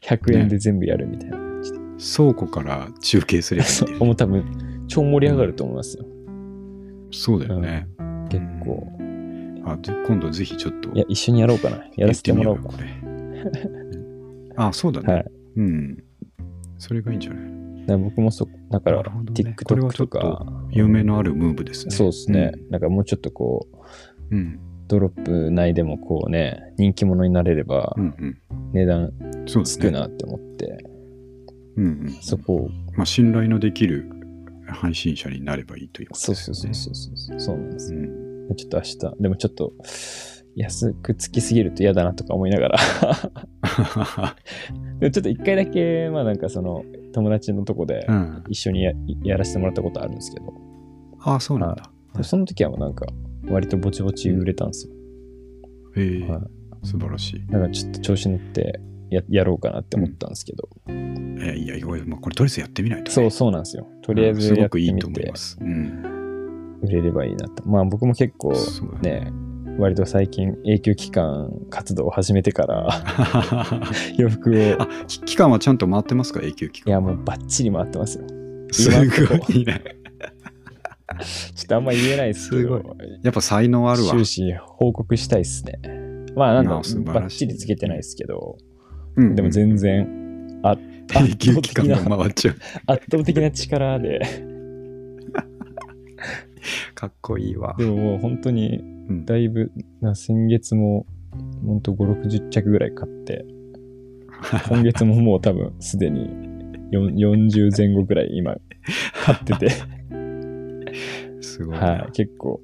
[SPEAKER 2] 100円で全部やるみたいな感じで。
[SPEAKER 1] 倉庫から中継すればいいん
[SPEAKER 2] そう
[SPEAKER 1] だよね
[SPEAKER 2] もう多分超盛り上がると思いますよ。
[SPEAKER 1] そうだよね、
[SPEAKER 2] 結構。
[SPEAKER 1] あで今度ぜひちょっと
[SPEAKER 2] いや一緒にやろうかな。やらせてもらおう
[SPEAKER 1] や
[SPEAKER 2] か。
[SPEAKER 1] ってみようかこれあ、そうだね。
[SPEAKER 2] はい
[SPEAKER 1] うん。それがいいんじゃない
[SPEAKER 2] だから僕もそだから
[SPEAKER 1] なるほどねこれは
[SPEAKER 2] TikTok
[SPEAKER 1] ちょっと
[SPEAKER 2] とか。
[SPEAKER 1] 有名のあるムーブですね。
[SPEAKER 2] そうですね。なんかもうちょっとこう
[SPEAKER 1] うん。うん。
[SPEAKER 2] ドロップ内でもこうね、人気者になれれば
[SPEAKER 1] う、ん
[SPEAKER 2] 値段
[SPEAKER 1] うん。そうで
[SPEAKER 2] つ
[SPEAKER 1] す
[SPEAKER 2] く
[SPEAKER 1] ね。
[SPEAKER 2] なって思って、
[SPEAKER 1] うんうん。
[SPEAKER 2] そこを、
[SPEAKER 1] まあ、信頼のできる配信者になればいいということ
[SPEAKER 2] そう
[SPEAKER 1] です
[SPEAKER 2] そう
[SPEAKER 1] よ
[SPEAKER 2] そう
[SPEAKER 1] ね。
[SPEAKER 2] そうそう、そうなんですよ。
[SPEAKER 1] うん
[SPEAKER 2] ちょっと明日、でもちょっと、安くつきすぎると嫌だなとか思いながら、 でちょっと一回だけ、まあなんかその、友達のとこで
[SPEAKER 1] うん。
[SPEAKER 2] 一緒にややらせてもらったことあるんですけど、
[SPEAKER 1] ああ、そうなんだ。はい
[SPEAKER 2] その時はもうなんか、割とぼちぼち売れたんですよ。
[SPEAKER 1] えー
[SPEAKER 2] は
[SPEAKER 1] 素晴らしい。
[SPEAKER 2] なんかちょっと調子乗ってややろうかなって思ったんですけど、
[SPEAKER 1] えーいや、いやまあ、これとりあえずやってみないとね、
[SPEAKER 2] そうそうなんですよ。とりあえず
[SPEAKER 1] うんすご
[SPEAKER 2] やっ
[SPEAKER 1] く
[SPEAKER 2] て
[SPEAKER 1] いい
[SPEAKER 2] み
[SPEAKER 1] と思い
[SPEAKER 2] て
[SPEAKER 1] ます。うん。
[SPEAKER 2] 売れればいいなと。まあ僕も結構
[SPEAKER 1] そう だね。
[SPEAKER 2] ね、割と最近永久期間活動を始めてから 洋服を、い
[SPEAKER 1] あき期間はちゃんと回ってますか永久期間
[SPEAKER 2] やもうバッチリ回ってますよ。
[SPEAKER 1] すごいね
[SPEAKER 2] ちょっとあんま言えないですけど、
[SPEAKER 1] すごやっぱ才能あるわ
[SPEAKER 2] 終始報告したいですね。まあなん
[SPEAKER 1] い
[SPEAKER 2] か
[SPEAKER 1] や素晴らしい
[SPEAKER 2] バッチリつけてないですけど、
[SPEAKER 1] うん
[SPEAKER 2] でも全然。あ
[SPEAKER 1] 永久期間
[SPEAKER 2] 圧倒的な
[SPEAKER 1] が回っちゃう
[SPEAKER 2] 圧倒的な力で、
[SPEAKER 1] かっこいいわ
[SPEAKER 2] でももう本当に
[SPEAKER 1] うん
[SPEAKER 2] だいぶ、な先月も、ほんと5、60着ぐらい 買って、今月ももう多分すでに4 40前後ぐらい今買って て、
[SPEAKER 1] すごいな、
[SPEAKER 2] はい、結構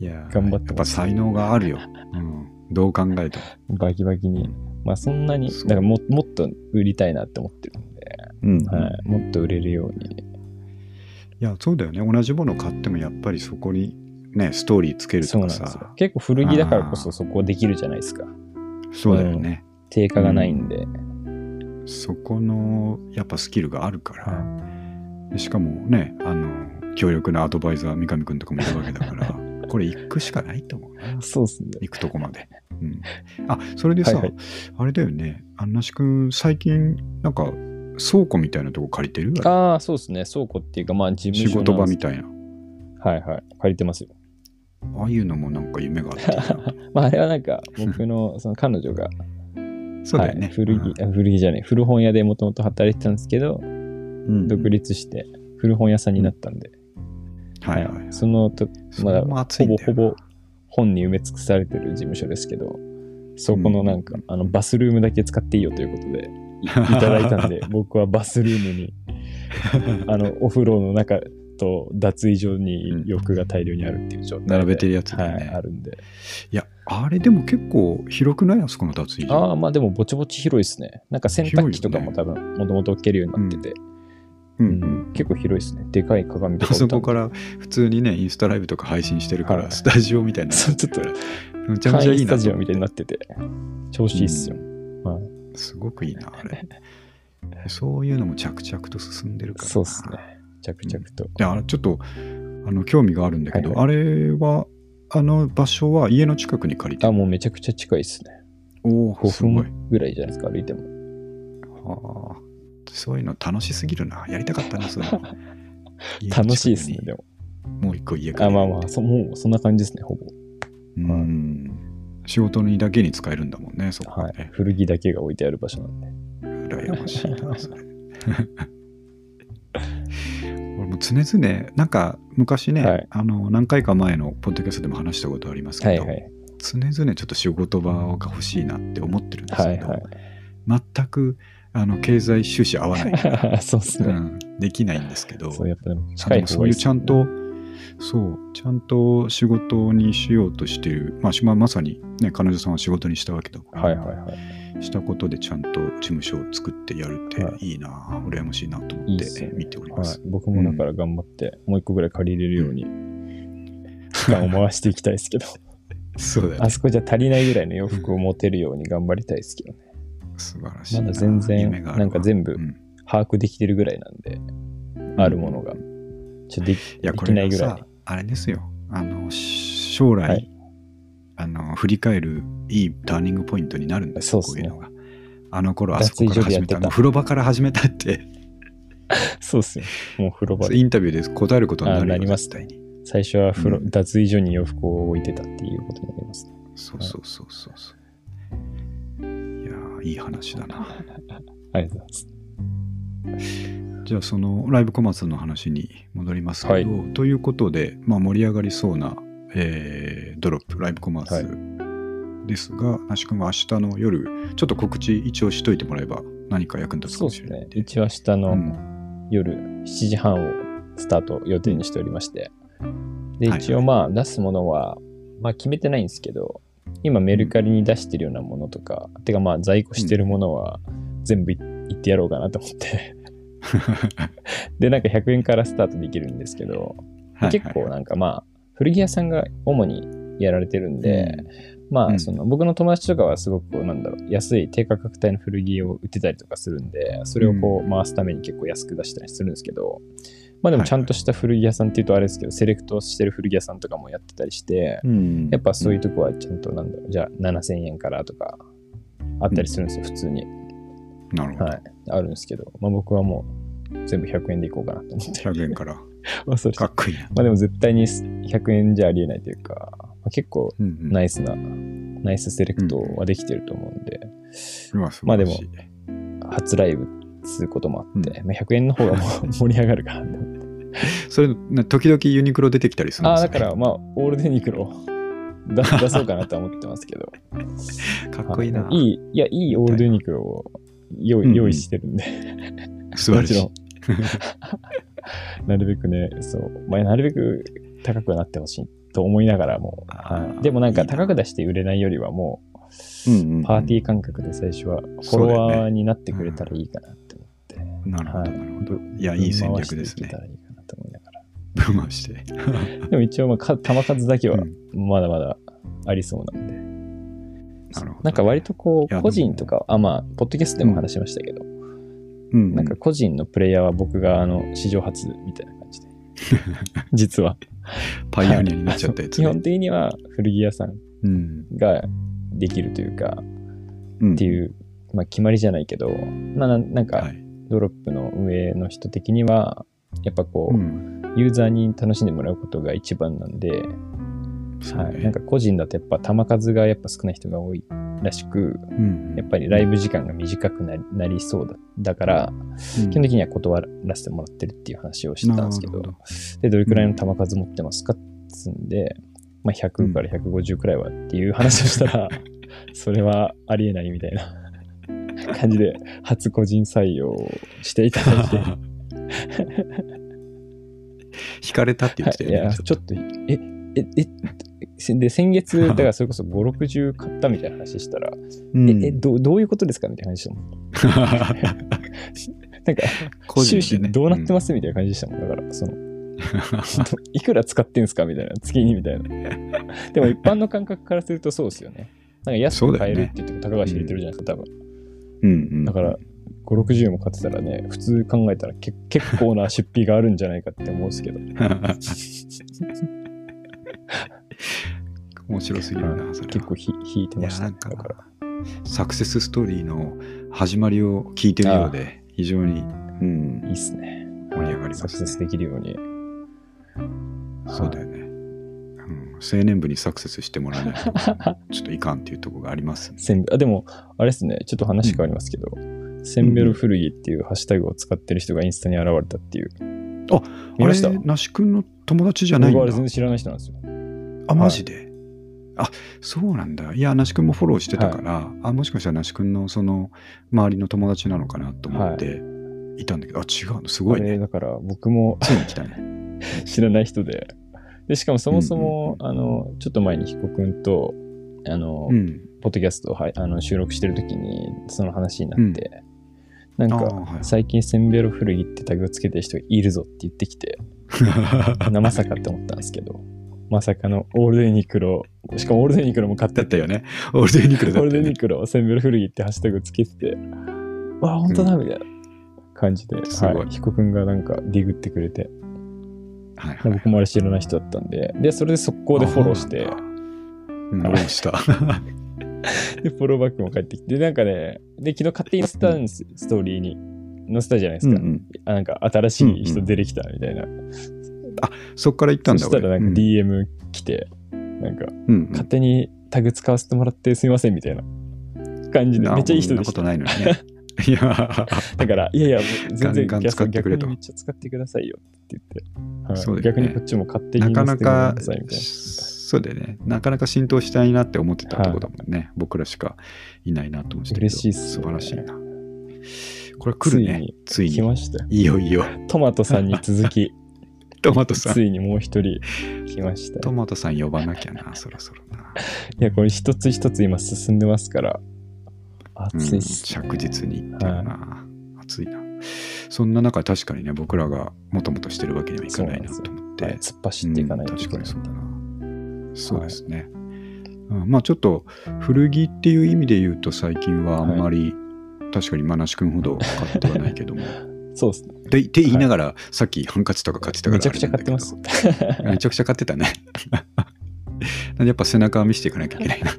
[SPEAKER 1] いや
[SPEAKER 2] 頑張ってます
[SPEAKER 1] やっぱ才能があるよ、うん、どう考えても
[SPEAKER 2] バキバキに、まあそんなに、
[SPEAKER 1] そう
[SPEAKER 2] だからももっと売りたいなって思ってるんで、
[SPEAKER 1] うん
[SPEAKER 2] はい、もっと売れるように。
[SPEAKER 1] いやそうだよね同じもの買ってもやっぱりそこにねストーリーつける
[SPEAKER 2] そ
[SPEAKER 1] と
[SPEAKER 2] うなん
[SPEAKER 1] か
[SPEAKER 2] ですよ
[SPEAKER 1] さ。
[SPEAKER 2] 結構古着だからこそそこできるじゃないですか。
[SPEAKER 1] そうだよね、
[SPEAKER 2] 定価がないんで。
[SPEAKER 1] そこのやっぱスキルがあるから、でしかもねあの強力なアドバイザー三上君とかもいるわけだから これ行くしかないと思うな
[SPEAKER 2] そうですね。
[SPEAKER 1] 行くとこまで、うん、あそれでさ、
[SPEAKER 2] はいはい
[SPEAKER 1] あれだよねあなし君最近なんか倉庫みたいなとこ借りてる
[SPEAKER 2] ああ、そうですね。倉庫っていうか、まあ事務
[SPEAKER 1] 仕
[SPEAKER 2] 所
[SPEAKER 1] 事場み
[SPEAKER 2] た
[SPEAKER 1] たいない
[SPEAKER 2] はいはい。借りてますよ。
[SPEAKER 1] ああいうのもなんか夢があったよな
[SPEAKER 2] まああれはな んか僕のその彼女が
[SPEAKER 1] そうだよね、
[SPEAKER 2] はい、古
[SPEAKER 1] うん
[SPEAKER 2] 着、あ古着じゃない古本屋でもともと働いてたんですけど、
[SPEAKER 1] うん
[SPEAKER 2] 独立して古本屋さんになったんで、
[SPEAKER 1] はいはい
[SPEAKER 2] そのと
[SPEAKER 1] そ
[SPEAKER 2] ま
[SPEAKER 1] れ
[SPEAKER 2] だ
[SPEAKER 1] も熱
[SPEAKER 2] ほ
[SPEAKER 1] いん
[SPEAKER 2] ぼ
[SPEAKER 1] だよ
[SPEAKER 2] ほ
[SPEAKER 1] な
[SPEAKER 2] ぼ本に埋め尽くされてる事務所ですけどそこのなんか、
[SPEAKER 1] うん
[SPEAKER 2] あのバスルームだけ使っていいよということでいいただいたんで僕はバスルームにあのお風呂の中と脱衣所に洋服が大量にあるっていう状態で
[SPEAKER 1] 並べてるやつだ
[SPEAKER 2] は
[SPEAKER 1] よね、
[SPEAKER 2] い、あるんで
[SPEAKER 1] いやあれでも結構広くないあそこの脱衣所
[SPEAKER 2] ああまあでもぼちぼち広いですねなんか洗濯機とかも
[SPEAKER 1] 広い
[SPEAKER 2] 多分もともと置けるようになってて、
[SPEAKER 1] うん
[SPEAKER 2] うん結構広いですね。でかい鏡と
[SPEAKER 1] あ
[SPEAKER 2] か置
[SPEAKER 1] そ
[SPEAKER 2] いてあ
[SPEAKER 1] こ
[SPEAKER 2] る。
[SPEAKER 1] から普通にねインスタライブとか配信してるから、
[SPEAKER 2] はい
[SPEAKER 1] スタジオみたいな
[SPEAKER 2] そうちょっと、
[SPEAKER 1] めちゃめちゃいい
[SPEAKER 2] スタ
[SPEAKER 1] な
[SPEAKER 2] ジ
[SPEAKER 1] と
[SPEAKER 2] オ
[SPEAKER 1] 思っ
[SPEAKER 2] み
[SPEAKER 1] て
[SPEAKER 2] たいになってて、調子いいっすよ。はい
[SPEAKER 1] すごくいいなあれそういうのも着々と進んでるからな
[SPEAKER 2] そうっすね。着々と。
[SPEAKER 1] であれちょっとあの興味があるんだけど、
[SPEAKER 2] は
[SPEAKER 1] あれはあの場所は家の近くに借りて
[SPEAKER 2] あ、もうめちゃくちゃ近いっすね。
[SPEAKER 1] おおす
[SPEAKER 2] 5
[SPEAKER 1] ごい
[SPEAKER 2] 分ぐらいじゃないですか、歩いても。
[SPEAKER 1] はあそういうの楽しすぎるなやりたかったなそれ
[SPEAKER 2] 楽しいっすね、で
[SPEAKER 1] も
[SPEAKER 2] も。
[SPEAKER 1] もう一個家から
[SPEAKER 2] あ、まあまあ、そもうそんな感じですね、ほぼ。
[SPEAKER 1] うん仕事にだけに使えるんだもんねそこ
[SPEAKER 2] は
[SPEAKER 1] はいね、。
[SPEAKER 2] 古着だけが置いてある場所なんで。
[SPEAKER 1] 羨ましいなそれ 俺も常々なんか昔ね、
[SPEAKER 2] はい
[SPEAKER 1] あの何回か前のポッドキャストでも話したことありますけど、
[SPEAKER 2] はいはい。
[SPEAKER 1] 常々ちょっと仕事場が欲しいなって思ってるんです
[SPEAKER 2] は
[SPEAKER 1] け
[SPEAKER 2] い
[SPEAKER 1] ど、
[SPEAKER 2] はい。
[SPEAKER 1] 全くあの経済収支合わない、
[SPEAKER 2] そうっす
[SPEAKER 1] う
[SPEAKER 2] ね。
[SPEAKER 1] ん、できないんですけど
[SPEAKER 2] そう、やっぱでも
[SPEAKER 1] あ
[SPEAKER 2] 近
[SPEAKER 1] で
[SPEAKER 2] い
[SPEAKER 1] も
[SPEAKER 2] 方
[SPEAKER 1] そ
[SPEAKER 2] が
[SPEAKER 1] うい
[SPEAKER 2] いいっ
[SPEAKER 1] う
[SPEAKER 2] すね
[SPEAKER 1] ちゃんとそうちゃんと仕事にしようとしてる、まあ、しまあまさに、ね、彼女さんは仕事にしたわけだから、
[SPEAKER 2] はいはいはい。
[SPEAKER 1] したことでちゃんと事務所を作ってやるって
[SPEAKER 2] はい
[SPEAKER 1] いな、羨ましいなと
[SPEAKER 2] い
[SPEAKER 1] 思っ
[SPEAKER 2] いっす
[SPEAKER 1] て
[SPEAKER 2] よね
[SPEAKER 1] 見ておりま
[SPEAKER 2] はい
[SPEAKER 1] す。、
[SPEAKER 2] 僕もだから頑張って、もう一個ぐらい借りれるように、時間を回していきたいで すけど。
[SPEAKER 1] そうだよ
[SPEAKER 2] あ
[SPEAKER 1] ね
[SPEAKER 2] そこじゃ足りないぐらいの洋服を持てるように頑張りたいですけどね。
[SPEAKER 1] 素晴らしい
[SPEAKER 2] ま
[SPEAKER 1] な
[SPEAKER 2] だ全
[SPEAKER 1] 夢
[SPEAKER 2] 然、
[SPEAKER 1] がある
[SPEAKER 2] な
[SPEAKER 1] わ
[SPEAKER 2] んか全部
[SPEAKER 1] うん
[SPEAKER 2] 把握できてるぐらいなんで、あるものが。ちょっとでき
[SPEAKER 1] いや
[SPEAKER 2] で
[SPEAKER 1] こ
[SPEAKER 2] きない
[SPEAKER 1] れ
[SPEAKER 2] ぐらい
[SPEAKER 1] さあれですよあのし将来、
[SPEAKER 2] はい
[SPEAKER 1] あの振り返るいいターニングポイントになるんですよ
[SPEAKER 2] そ
[SPEAKER 1] こ
[SPEAKER 2] う
[SPEAKER 1] うい
[SPEAKER 2] っす
[SPEAKER 1] う
[SPEAKER 2] ね
[SPEAKER 1] のがあの頃あそこから
[SPEAKER 2] 脱衣所で
[SPEAKER 1] 始
[SPEAKER 2] やっ
[SPEAKER 1] め
[SPEAKER 2] てた
[SPEAKER 1] たもう風呂場から始めたって
[SPEAKER 2] そうっすよ。もう風呂場で。
[SPEAKER 1] インタビューで答えることになる
[SPEAKER 2] あなります
[SPEAKER 1] 絶対に
[SPEAKER 2] 最初は風呂、
[SPEAKER 1] うん
[SPEAKER 2] 脱衣所に洋服を置いてたっていうことになりますね。
[SPEAKER 1] そうそうそうそうそういやーいい話だな
[SPEAKER 2] ありがとうございます。
[SPEAKER 1] じゃあそのライブコマースの話に戻りますけど、
[SPEAKER 2] はい
[SPEAKER 1] ということで、まあ、盛り上がりそうな、えードロップライブコマースですが、那須君は明日の夜ちょっと告知一応しといてもらえば何か役に立つか
[SPEAKER 2] そう
[SPEAKER 1] も
[SPEAKER 2] で
[SPEAKER 1] し
[SPEAKER 2] す
[SPEAKER 1] れない
[SPEAKER 2] ね
[SPEAKER 1] ん。で
[SPEAKER 2] 一応明日
[SPEAKER 1] う
[SPEAKER 2] の
[SPEAKER 1] ん
[SPEAKER 2] 夜7時半をスタート予定にしておりまして。で、
[SPEAKER 1] はい
[SPEAKER 2] 一応まあ出すものは、まあ決めてないんですけど、今メルカリに出してるようなものとか、てかまあ在庫してるものは全部い言ってやろうかなと思って。 で、なんか100円からスタートできるんですけど、
[SPEAKER 1] はい
[SPEAKER 2] 結構なんかまあ、古着屋さんが主にやられてるんで、ま
[SPEAKER 1] う
[SPEAKER 2] あ、
[SPEAKER 1] ん
[SPEAKER 2] その、僕の友達とかはすごくこう、なんだろう、安い低価格帯の古着を売ってたりとかするんで、それをこう、回すために結構安く出したりするんですけど、まあでも
[SPEAKER 1] はい
[SPEAKER 2] ちゃんとした古着屋さんっていうとあれですけど、セレクトしてる古着屋さんとかもやってたりして、
[SPEAKER 1] うん
[SPEAKER 2] やっぱそういうとこはちゃんとなんだろう、じゃあ7000円からとか、あったりするんですよ、普通に。
[SPEAKER 1] うんなるほど、
[SPEAKER 2] はい。あるんですけど、まあ僕はもう、全部100円でいこうかなと思って。
[SPEAKER 1] 100円から
[SPEAKER 2] まあそれ
[SPEAKER 1] かっこいいな、
[SPEAKER 2] まあでも絶対に100円じゃありえないというか、まあ、結構
[SPEAKER 1] うんうん
[SPEAKER 2] ナイス な、ナイスセレクトはできてると思うんで、
[SPEAKER 1] まあ素晴らしい
[SPEAKER 2] まあでも初ライブすることもあって、まあ、100円の方がも う盛り上がるかなと思って
[SPEAKER 1] それな時々ユニクロ出てきたりする
[SPEAKER 2] あ
[SPEAKER 1] んで
[SPEAKER 2] あ、
[SPEAKER 1] す
[SPEAKER 2] だ
[SPEAKER 1] よ、
[SPEAKER 2] か
[SPEAKER 1] ね、
[SPEAKER 2] らまあ、オールデニクロ 出出そうかなとは思ってますけど。
[SPEAKER 1] かっこいいな
[SPEAKER 2] あのいい、いや、いいオールデニクロを用
[SPEAKER 1] うんうん
[SPEAKER 2] 意用意してるんで、
[SPEAKER 1] 素晴らし
[SPEAKER 2] も
[SPEAKER 1] い
[SPEAKER 2] ち ろんなるべくね、そう、まあ、なるべく高くはなってほしいと思いながらも、
[SPEAKER 1] あー
[SPEAKER 2] はいでもなん
[SPEAKER 1] い
[SPEAKER 2] か
[SPEAKER 1] いな
[SPEAKER 2] 高く出して売れないよりはもう、
[SPEAKER 1] うんうんうん
[SPEAKER 2] パーティー感覚で最初はフォロワーになってくれたらいいかなって思って。
[SPEAKER 1] なるほ
[SPEAKER 2] は
[SPEAKER 1] ど
[SPEAKER 2] い
[SPEAKER 1] なるほど、い、やいい戦略です
[SPEAKER 2] ぶん回していけ
[SPEAKER 1] ね
[SPEAKER 2] たらいいかなと思いな
[SPEAKER 1] ぶ
[SPEAKER 2] が
[SPEAKER 1] ん回して
[SPEAKER 2] ら。でも一応、まあか、球数だけは
[SPEAKER 1] うん
[SPEAKER 2] まだまだありそうなんで。
[SPEAKER 1] なるほどね
[SPEAKER 2] なんか割とこ
[SPEAKER 1] いやでも
[SPEAKER 2] う、個人とか、あ、まあ、ポッドキャストでも話しましたけど、
[SPEAKER 1] うんうん
[SPEAKER 2] なんか個人のプレイヤーは僕があの史上初みたいな感 じで。実は。
[SPEAKER 1] パイオニアになっちゃったやつ、
[SPEAKER 2] 基
[SPEAKER 1] ね
[SPEAKER 2] 本的には古着屋さん
[SPEAKER 1] うん
[SPEAKER 2] ができるというか、
[SPEAKER 1] うん、
[SPEAKER 2] って
[SPEAKER 1] う
[SPEAKER 2] いう、まあ決まりじゃないけど、まあななん
[SPEAKER 1] か、は
[SPEAKER 2] か
[SPEAKER 1] い
[SPEAKER 2] ドロップの上の人的には、やっぱこう、
[SPEAKER 1] ん、
[SPEAKER 2] ユーザーに楽しんでもらうことが一番なんで、
[SPEAKER 1] そうね
[SPEAKER 2] はい、なんか個人だとやっぱ球数がやっぱ少ない人が多いらしく、
[SPEAKER 1] うん、
[SPEAKER 2] やっぱりライブ時間が短くなりなりそうだだか
[SPEAKER 1] う
[SPEAKER 2] ら、
[SPEAKER 1] ん
[SPEAKER 2] 基本的には断らせてもらってるっていう話をしてたんですけど、
[SPEAKER 1] なるほ
[SPEAKER 2] で、どれくらいの球数持ってますかっつうんで、まあ、100から150くらいはっていう話をし たら、それはありえないみたいな感じで、初個人採用をしていただいて、
[SPEAKER 1] 引かれたって言ってた
[SPEAKER 2] はい、い
[SPEAKER 1] よ
[SPEAKER 2] や
[SPEAKER 1] ね。
[SPEAKER 2] ちょっと、え、え、え、せで、先月、だからそれこそ5、60買ったみたいな話したら、
[SPEAKER 1] うん
[SPEAKER 2] え、えどう、どういうことですかみたいな話したもん。なんか、
[SPEAKER 1] 個人
[SPEAKER 2] 収
[SPEAKER 1] で
[SPEAKER 2] 支
[SPEAKER 1] ね
[SPEAKER 2] どうなってますみたいな感じでしたもん。だから、その、いくら使ってんすかみたいな、月に みたいな。でも一般の感覚からするとそうですよね。なんか安
[SPEAKER 1] そう
[SPEAKER 2] く
[SPEAKER 1] だ
[SPEAKER 2] 買え
[SPEAKER 1] よ
[SPEAKER 2] るっ
[SPEAKER 1] ね
[SPEAKER 2] て言っても高橋入れてるじゃないですか、多分。
[SPEAKER 1] うんうん
[SPEAKER 2] だから、5、60も買ってたらね、普通考えたらけ 結構な出費があるんじゃないかって思うんで すけど。
[SPEAKER 1] 面白すぎるな、それは。
[SPEAKER 2] 結構ひ引いて
[SPEAKER 1] い
[SPEAKER 2] ま
[SPEAKER 1] や
[SPEAKER 2] した
[SPEAKER 1] な
[SPEAKER 2] ね、
[SPEAKER 1] んか
[SPEAKER 2] だから。
[SPEAKER 1] サクセスストーリーの始まりを聞いてるようで、非常に、うん
[SPEAKER 2] いいっすね。
[SPEAKER 1] 盛り上がりますね
[SPEAKER 2] サクセスできるように。
[SPEAKER 1] そうだよね。うん青年部にサクセスしてもらえないと、ちょっといかんっていうところがありますね。
[SPEAKER 2] せんべあでも、あれですね、ちょっと話変わりますけど、せんべろ古着っていうハッシュタグを使ってる人がインスタに現れたっていう。
[SPEAKER 1] あ
[SPEAKER 2] 見ました
[SPEAKER 1] あれ、那須君の友達じゃないんだ
[SPEAKER 2] 僕はあれ全然知らない人なんですよ。
[SPEAKER 1] あ、マジで、あ、そうなんだ。いや、那須君もフォローしてたから、あ、もしかしたら那須君のその周りの友達なのかなと思っていたんだけど、あ、違うの、すごい
[SPEAKER 2] あれ
[SPEAKER 1] ね。
[SPEAKER 2] だから僕も
[SPEAKER 1] ついに来たね。
[SPEAKER 2] 知らない人で。で、しかもそもそも、
[SPEAKER 1] う
[SPEAKER 2] あの、ちょっと前に彦君と、あの、
[SPEAKER 1] うん。
[SPEAKER 2] ポッドキャストをはいあの収録してる時にその話になって、なん
[SPEAKER 1] あ
[SPEAKER 2] か、
[SPEAKER 1] ーはい
[SPEAKER 2] 最近せんべろ古着ってタグをつけてる人がいるぞって言ってきて、なまさかって思ったんですけど、まさかのオールデンニクロ、しかもオールデンニクロも買っ て
[SPEAKER 1] だってたよね。オールデンニクル
[SPEAKER 2] オ
[SPEAKER 1] だ
[SPEAKER 2] ー
[SPEAKER 1] っ
[SPEAKER 2] ル
[SPEAKER 1] た
[SPEAKER 2] デ
[SPEAKER 1] よ
[SPEAKER 2] ン
[SPEAKER 1] ね
[SPEAKER 2] ニ。クロ、センベル古着ってハッシュタグつけてて、わあ、本当だ、みたいな感じで、
[SPEAKER 1] すごい
[SPEAKER 2] はい。彦君がなんかディグってくれて、
[SPEAKER 1] はいはい。
[SPEAKER 2] 僕もあれ知らない人だったんで、で、それで速攻でフォローして
[SPEAKER 1] あ、そうなんだうん、フォローした。
[SPEAKER 2] で、フォローバックも返ってきて、でなんかね、で、昨日勝手に載せたんですよ、ストーリーに。載せたじゃないですか。
[SPEAKER 1] うんうん
[SPEAKER 2] あなんか、新しい人出てきた、みたいな。
[SPEAKER 1] そっから行ったん
[SPEAKER 2] そ
[SPEAKER 1] だ、
[SPEAKER 2] したら、なんか
[SPEAKER 1] 俺
[SPEAKER 2] DM 来て、なんか、
[SPEAKER 1] うんうん
[SPEAKER 2] 勝手にタグ使わせてもらってすみません、みたいな感じで、めっちゃいい人で
[SPEAKER 1] そ
[SPEAKER 2] し
[SPEAKER 1] んなこと。
[SPEAKER 2] た
[SPEAKER 1] ないのに ね。いや、
[SPEAKER 2] だから、いやいや、もう全然
[SPEAKER 1] ガンガン使ってくれと
[SPEAKER 2] 逆にめっちゃ使ってくださいよって言って、はい
[SPEAKER 1] そうだよ
[SPEAKER 2] 逆
[SPEAKER 1] ね
[SPEAKER 2] にこっちも勝手に
[SPEAKER 1] なかなか
[SPEAKER 2] 載せてくださいみたいな
[SPEAKER 1] そうだよね。なかなか浸透したいなって思ってたとこだもんね。僕らしかいないなと思ってたけど
[SPEAKER 2] 嬉しいっす
[SPEAKER 1] 素
[SPEAKER 2] よ
[SPEAKER 1] 晴
[SPEAKER 2] ね
[SPEAKER 1] らしいな。これ来るね。ついに。
[SPEAKER 2] 来ましたよ。
[SPEAKER 1] いいよいいよ。
[SPEAKER 2] トマトさんに続き、
[SPEAKER 1] トマトさん
[SPEAKER 2] つ。いにもう一人来ました。
[SPEAKER 1] トマトさん呼ばなきゃな、そろそろな。
[SPEAKER 2] いや、これ一つ一つ今進んでますから。
[SPEAKER 1] うん、
[SPEAKER 2] 熱いっす、ね
[SPEAKER 1] 着実にいってるな。暑いな。そんな中、確かにね、僕らがもともとしてるわけにはいかないなと思って。
[SPEAKER 2] はい突っ走っていかないとい
[SPEAKER 1] 確
[SPEAKER 2] け
[SPEAKER 1] か
[SPEAKER 2] ない
[SPEAKER 1] に。そうだな。そうですね。うんまあちょっと古着っていう意味で言うと最近はあんまり、確かにマナシ君ほど買ってはないけども。
[SPEAKER 2] そうですね。
[SPEAKER 1] で って言いながら、さっきハンカチとか買ってたから
[SPEAKER 2] めちゃくちゃ買ってます。
[SPEAKER 1] あれ なんだけど。めちゃくちゃ買ってたね。やっぱ背中は見せていかなきゃいけないなと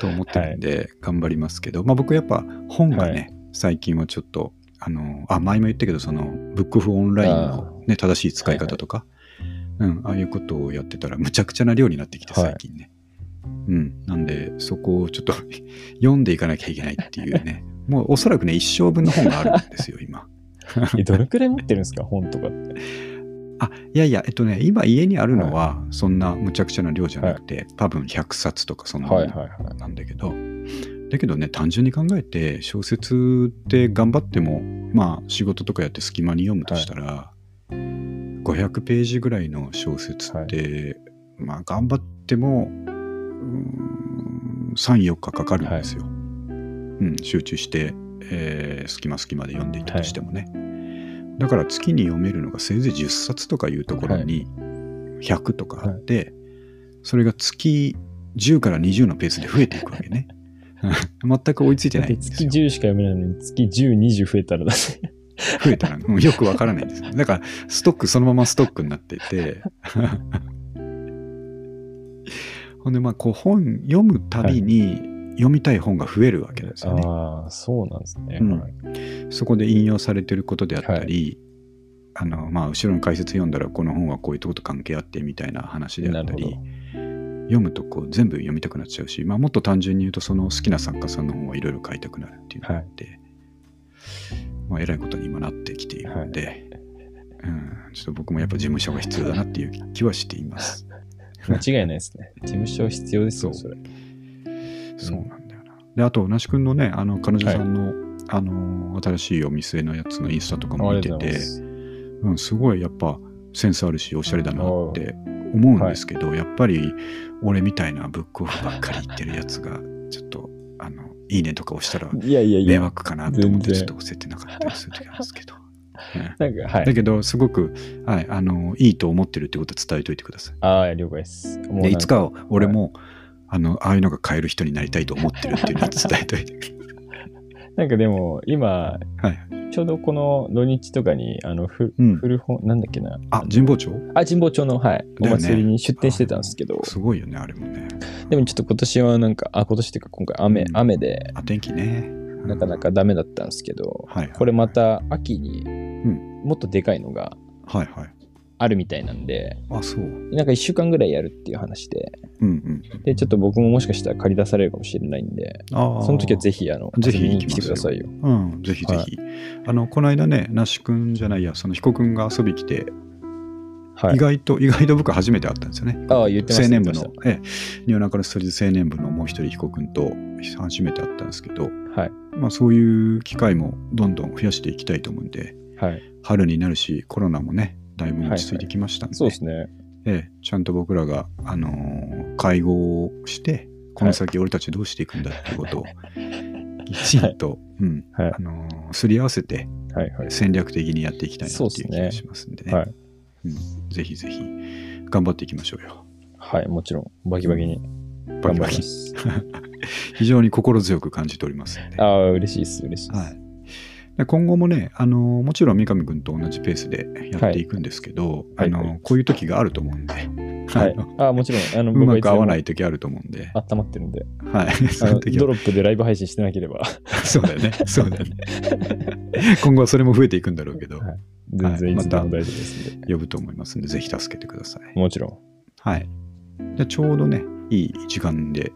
[SPEAKER 1] と思ってるんで、頑張りますけど、まあ、僕やっぱ本がね、
[SPEAKER 2] は
[SPEAKER 1] 最近はちょっとあのあ前も言ったけどそのブックオフオンラインの、ね、正しい使い方とか、うん、ああいうことをやってたらむちゃくちゃな量になってきて
[SPEAKER 2] はい
[SPEAKER 1] 最近ね、うん、なんでそこをちょっと 読んでいかなきゃいけないっていうねもうおそらくね一生分の本があるんですよ今。
[SPEAKER 2] え、どれくらい持ってるんですか、本とかって。
[SPEAKER 1] あいやいや、えっとね、今家にあるのは、そんなむちゃくちゃな量じゃなくて、多分100冊とかそんなも
[SPEAKER 2] はいはい
[SPEAKER 1] ん
[SPEAKER 2] はい。
[SPEAKER 1] なんだけど、だけどね、単純に考えて、小説って頑張っても、まあ、仕事とかやって隙間に読むとしたら、500ページぐらいの小説って、まあ、頑張っても、うーん3、4日かかるんですよ。うん、集中して、えー隙間隙間で読んでいたとしてもね。だから月に読めるのがせいぜい10冊とかいうところに100とかあって、それが月10から20のペースで増えていくわけ ね。全く追いついて
[SPEAKER 2] だっ
[SPEAKER 1] ないん
[SPEAKER 2] て
[SPEAKER 1] です
[SPEAKER 2] 月
[SPEAKER 1] よ。
[SPEAKER 2] 10しか読めないのに月10、20増えたらだって
[SPEAKER 1] 増えたらうんよくわからないんですよ。だからストックそのままストックになってて。 ほんでまあこう本読むたびに読みたい本が増えるわけですよね。
[SPEAKER 2] ああ、そうなんですね。
[SPEAKER 1] うん
[SPEAKER 2] はい
[SPEAKER 1] そこで引用されてることであったり、あのまあ、後ろの解説読んだらこの本はこういうとこと関係あってみたいな話であった
[SPEAKER 2] なる
[SPEAKER 1] り
[SPEAKER 2] ほ
[SPEAKER 1] 読むとこう全部読みたくなっちゃうし、まあ、もっと単純に言うとその好きな作家さんの本はいろいろ買いたくなるっていうのがあって、まあ、えらいことに今なってきているので、うん、ちょっと僕もやっぱ事務所が必要だなっていう気はしています。
[SPEAKER 2] 間違いないですね。事務所必要ですよ、
[SPEAKER 1] そ
[SPEAKER 2] それ。
[SPEAKER 1] そうなんだよな。で、あと、那須君のね、あの、彼女さんの、あの、新しいお店のやつのインスタとかも
[SPEAKER 2] あ
[SPEAKER 1] 見
[SPEAKER 2] り
[SPEAKER 1] て
[SPEAKER 2] がとうござい
[SPEAKER 1] て
[SPEAKER 2] ま、す。
[SPEAKER 1] うん、すごいやっぱセンスあるしおしゃれだなって思うんですけど、やっぱり俺みたいなブックオフばっかり行ってるやつがちょっとあのいいねとか押したら
[SPEAKER 2] いやいやい
[SPEAKER 1] 迷
[SPEAKER 2] や、
[SPEAKER 1] 惑かなと思って
[SPEAKER 2] 全然
[SPEAKER 1] ちょっと押せてなかったりする時あるんです けど、うん
[SPEAKER 2] なんか、は
[SPEAKER 1] だ
[SPEAKER 2] い。
[SPEAKER 1] けどすごく、はい、あのいいと思ってるってことは伝えといてください
[SPEAKER 2] ああ、了解です。もうな
[SPEAKER 1] で
[SPEAKER 2] ん
[SPEAKER 1] いつか俺も、あのああいうのが買える人になりたいと思ってるっていうのは伝えといて
[SPEAKER 2] なんかでも、今、
[SPEAKER 1] はい、
[SPEAKER 2] ちょうどこの土日とかに、あの、ふ
[SPEAKER 1] うん、
[SPEAKER 2] 古本、なんだっけな、
[SPEAKER 1] あ神保町
[SPEAKER 2] あ、神保町の、はい、お
[SPEAKER 1] だよね
[SPEAKER 2] 祭りに出店してたんですけど、
[SPEAKER 1] すごいよねあれもね
[SPEAKER 2] でもちょっと今年はなんか、あ、今年っていうか今回雨、
[SPEAKER 1] うん
[SPEAKER 2] 雨で、
[SPEAKER 1] あ天気ね
[SPEAKER 2] なかな、かダメだったんですけど
[SPEAKER 1] うん、はいはい
[SPEAKER 2] これまた秋に
[SPEAKER 1] ん、
[SPEAKER 2] もっとでかいのが
[SPEAKER 1] はいはい
[SPEAKER 2] あるみたいなんで、
[SPEAKER 1] あそう
[SPEAKER 2] なんか1週間ぐらいやるっていう話で、
[SPEAKER 1] うんうん
[SPEAKER 2] で、ちょっと僕ももしかしたら借り出されるかもしれないんで、
[SPEAKER 1] あ
[SPEAKER 2] その時はぜ
[SPEAKER 1] ひ。
[SPEAKER 2] ひ、あの、
[SPEAKER 1] ぜひ
[SPEAKER 2] 遊びに来てくださいよ。
[SPEAKER 1] うん、ぜひぜひ。あの、この間ね、那須くんじゃないや、その彦くんが遊び来て、
[SPEAKER 2] はい
[SPEAKER 1] 意。外と、意外と僕初めて会ったんですよね。
[SPEAKER 2] ああ、言ってました。
[SPEAKER 1] 青年部
[SPEAKER 2] 言っ
[SPEAKER 1] の
[SPEAKER 2] て、
[SPEAKER 1] ええ、ニオナカのストーリーズ青年部のもう一人彦くんと初めて会ったんですけど、
[SPEAKER 2] ました
[SPEAKER 1] まあそういう機会もどんどん増やしていきたいと思うんで、
[SPEAKER 2] はい。はい。
[SPEAKER 1] 春になるし、コロナもね、だいぶ落ち着いてきましたんで、
[SPEAKER 2] そうですね。
[SPEAKER 1] ええ、ちゃんと僕らが、あのー会合をして、この先俺たちどうしていくんだっていう ことを、きちんと、うん、
[SPEAKER 2] はい
[SPEAKER 1] あのーすり合わせて
[SPEAKER 2] はいはい。
[SPEAKER 1] 戦略的にやっていきたいなって
[SPEAKER 2] そ
[SPEAKER 1] いうう
[SPEAKER 2] っす
[SPEAKER 1] 気
[SPEAKER 2] ね
[SPEAKER 1] がしますんでね。
[SPEAKER 2] はい
[SPEAKER 1] うん、ぜひぜひ頑張っていきましょうよ。
[SPEAKER 2] はい、もちろん、バキバキに
[SPEAKER 1] バ
[SPEAKER 2] 頑
[SPEAKER 1] キ
[SPEAKER 2] 張
[SPEAKER 1] バ
[SPEAKER 2] り
[SPEAKER 1] キ
[SPEAKER 2] ま。す。
[SPEAKER 1] 非常に心強く感じておりますんで。
[SPEAKER 2] あ
[SPEAKER 1] は
[SPEAKER 2] あ、嬉しいです、嬉しいです。
[SPEAKER 1] い、で今後もね、あのーもちろん三上君と同じペースでやっていくんですけど、
[SPEAKER 2] はい
[SPEAKER 1] あのー
[SPEAKER 2] は
[SPEAKER 1] こういう時があると思うんで、
[SPEAKER 2] はい
[SPEAKER 1] あの、
[SPEAKER 2] あもちろん、あの、
[SPEAKER 1] うまく合わないい時あると思うんで、
[SPEAKER 2] 温まってるんで、
[SPEAKER 1] はい、
[SPEAKER 2] あ
[SPEAKER 1] そ
[SPEAKER 2] の
[SPEAKER 1] の時は
[SPEAKER 2] ドロップでライブ配信してなければ、
[SPEAKER 1] そうだよ ね。そうだよね。今後はそれも増えていくんだろうけど、
[SPEAKER 2] はい全然い
[SPEAKER 1] ま
[SPEAKER 2] つ
[SPEAKER 1] た
[SPEAKER 2] でも大丈夫ですんで。
[SPEAKER 1] 呼ぶと思いますんで、ぜひ助けてください。
[SPEAKER 2] もちろん。
[SPEAKER 1] はい。でちょうどね、いい時間で、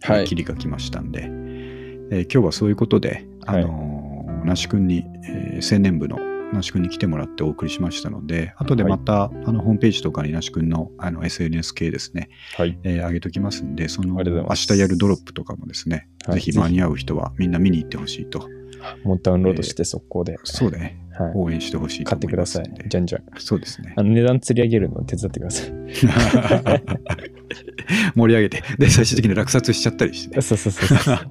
[SPEAKER 2] はい
[SPEAKER 1] 切りが来ましたんで、えー今日はそういうことで、あ
[SPEAKER 2] はい
[SPEAKER 1] のー那須君に、えー青年部の那須君に来てもらってお送りしましたので、後でまた、あのホームページとかに那須君のあの SNS 系ですね、
[SPEAKER 2] はい。
[SPEAKER 1] えー上げときますんで、その
[SPEAKER 2] ありがと
[SPEAKER 1] 明
[SPEAKER 2] うございます
[SPEAKER 1] 日やるドロップとかもですね、
[SPEAKER 2] は
[SPEAKER 1] ぜ
[SPEAKER 2] い
[SPEAKER 1] ひ間に合う人はみんな見に行ってほしいと
[SPEAKER 2] もうダウンロードして速攻で、
[SPEAKER 1] そうだね。
[SPEAKER 2] は
[SPEAKER 1] 応援してほしい
[SPEAKER 2] い、
[SPEAKER 1] と
[SPEAKER 2] 買って
[SPEAKER 1] 思い
[SPEAKER 2] く
[SPEAKER 1] ま
[SPEAKER 2] だ
[SPEAKER 1] す
[SPEAKER 2] さ
[SPEAKER 1] ん
[SPEAKER 2] い
[SPEAKER 1] で。
[SPEAKER 2] じゃんじゃん。
[SPEAKER 1] そうですね
[SPEAKER 2] あ。の値段釣り上げるの手伝ってください。
[SPEAKER 1] 盛り上げて。で、最終的に落札しちゃったりしてね。
[SPEAKER 2] そうそうそうそう。
[SPEAKER 1] ちょっ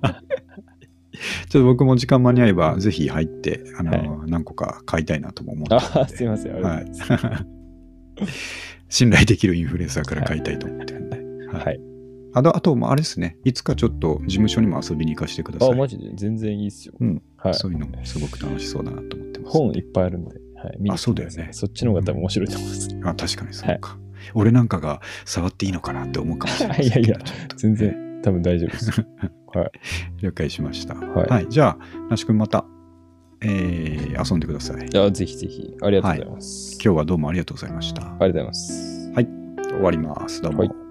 [SPEAKER 1] と僕も時間間に合えば、ぜひ入って、あの、
[SPEAKER 2] は
[SPEAKER 1] 何個か買いたいなとも思ってるん
[SPEAKER 2] あ
[SPEAKER 1] で
[SPEAKER 2] ーすいません。ありがとうございます
[SPEAKER 1] はい。信頼できるインフルエンサーから買いたいと思ってるんで。はい
[SPEAKER 2] はい。
[SPEAKER 1] あと、あと、まああれですね。いつかちょっと事務所にも遊びに行かせてください。
[SPEAKER 2] あ、マジで全然いいっすよ。
[SPEAKER 1] うん
[SPEAKER 2] はい。
[SPEAKER 1] そういうのもすごく楽しそうだなと思ってます。
[SPEAKER 2] 本いっぱいあるんで、はい、見に来て
[SPEAKER 1] あそうだよね
[SPEAKER 2] くさいそっちの方が多分面白いと思います。
[SPEAKER 1] あ確かにそうか、俺なんかが触っていいのかなって思うかもしれない。
[SPEAKER 2] い やいや
[SPEAKER 1] ちょっと
[SPEAKER 2] 全。然、多分大丈夫 です。はい。
[SPEAKER 1] 了解しました。は。
[SPEAKER 2] はいい
[SPEAKER 1] じゃあ、那須君また、えー、遊んでください。
[SPEAKER 2] じゃあ、ぜひぜひ、ありがとうございます。
[SPEAKER 1] 今日はどうもありがとうございました。
[SPEAKER 2] ありがとうございます。
[SPEAKER 1] 終わります。どうも。
[SPEAKER 2] はい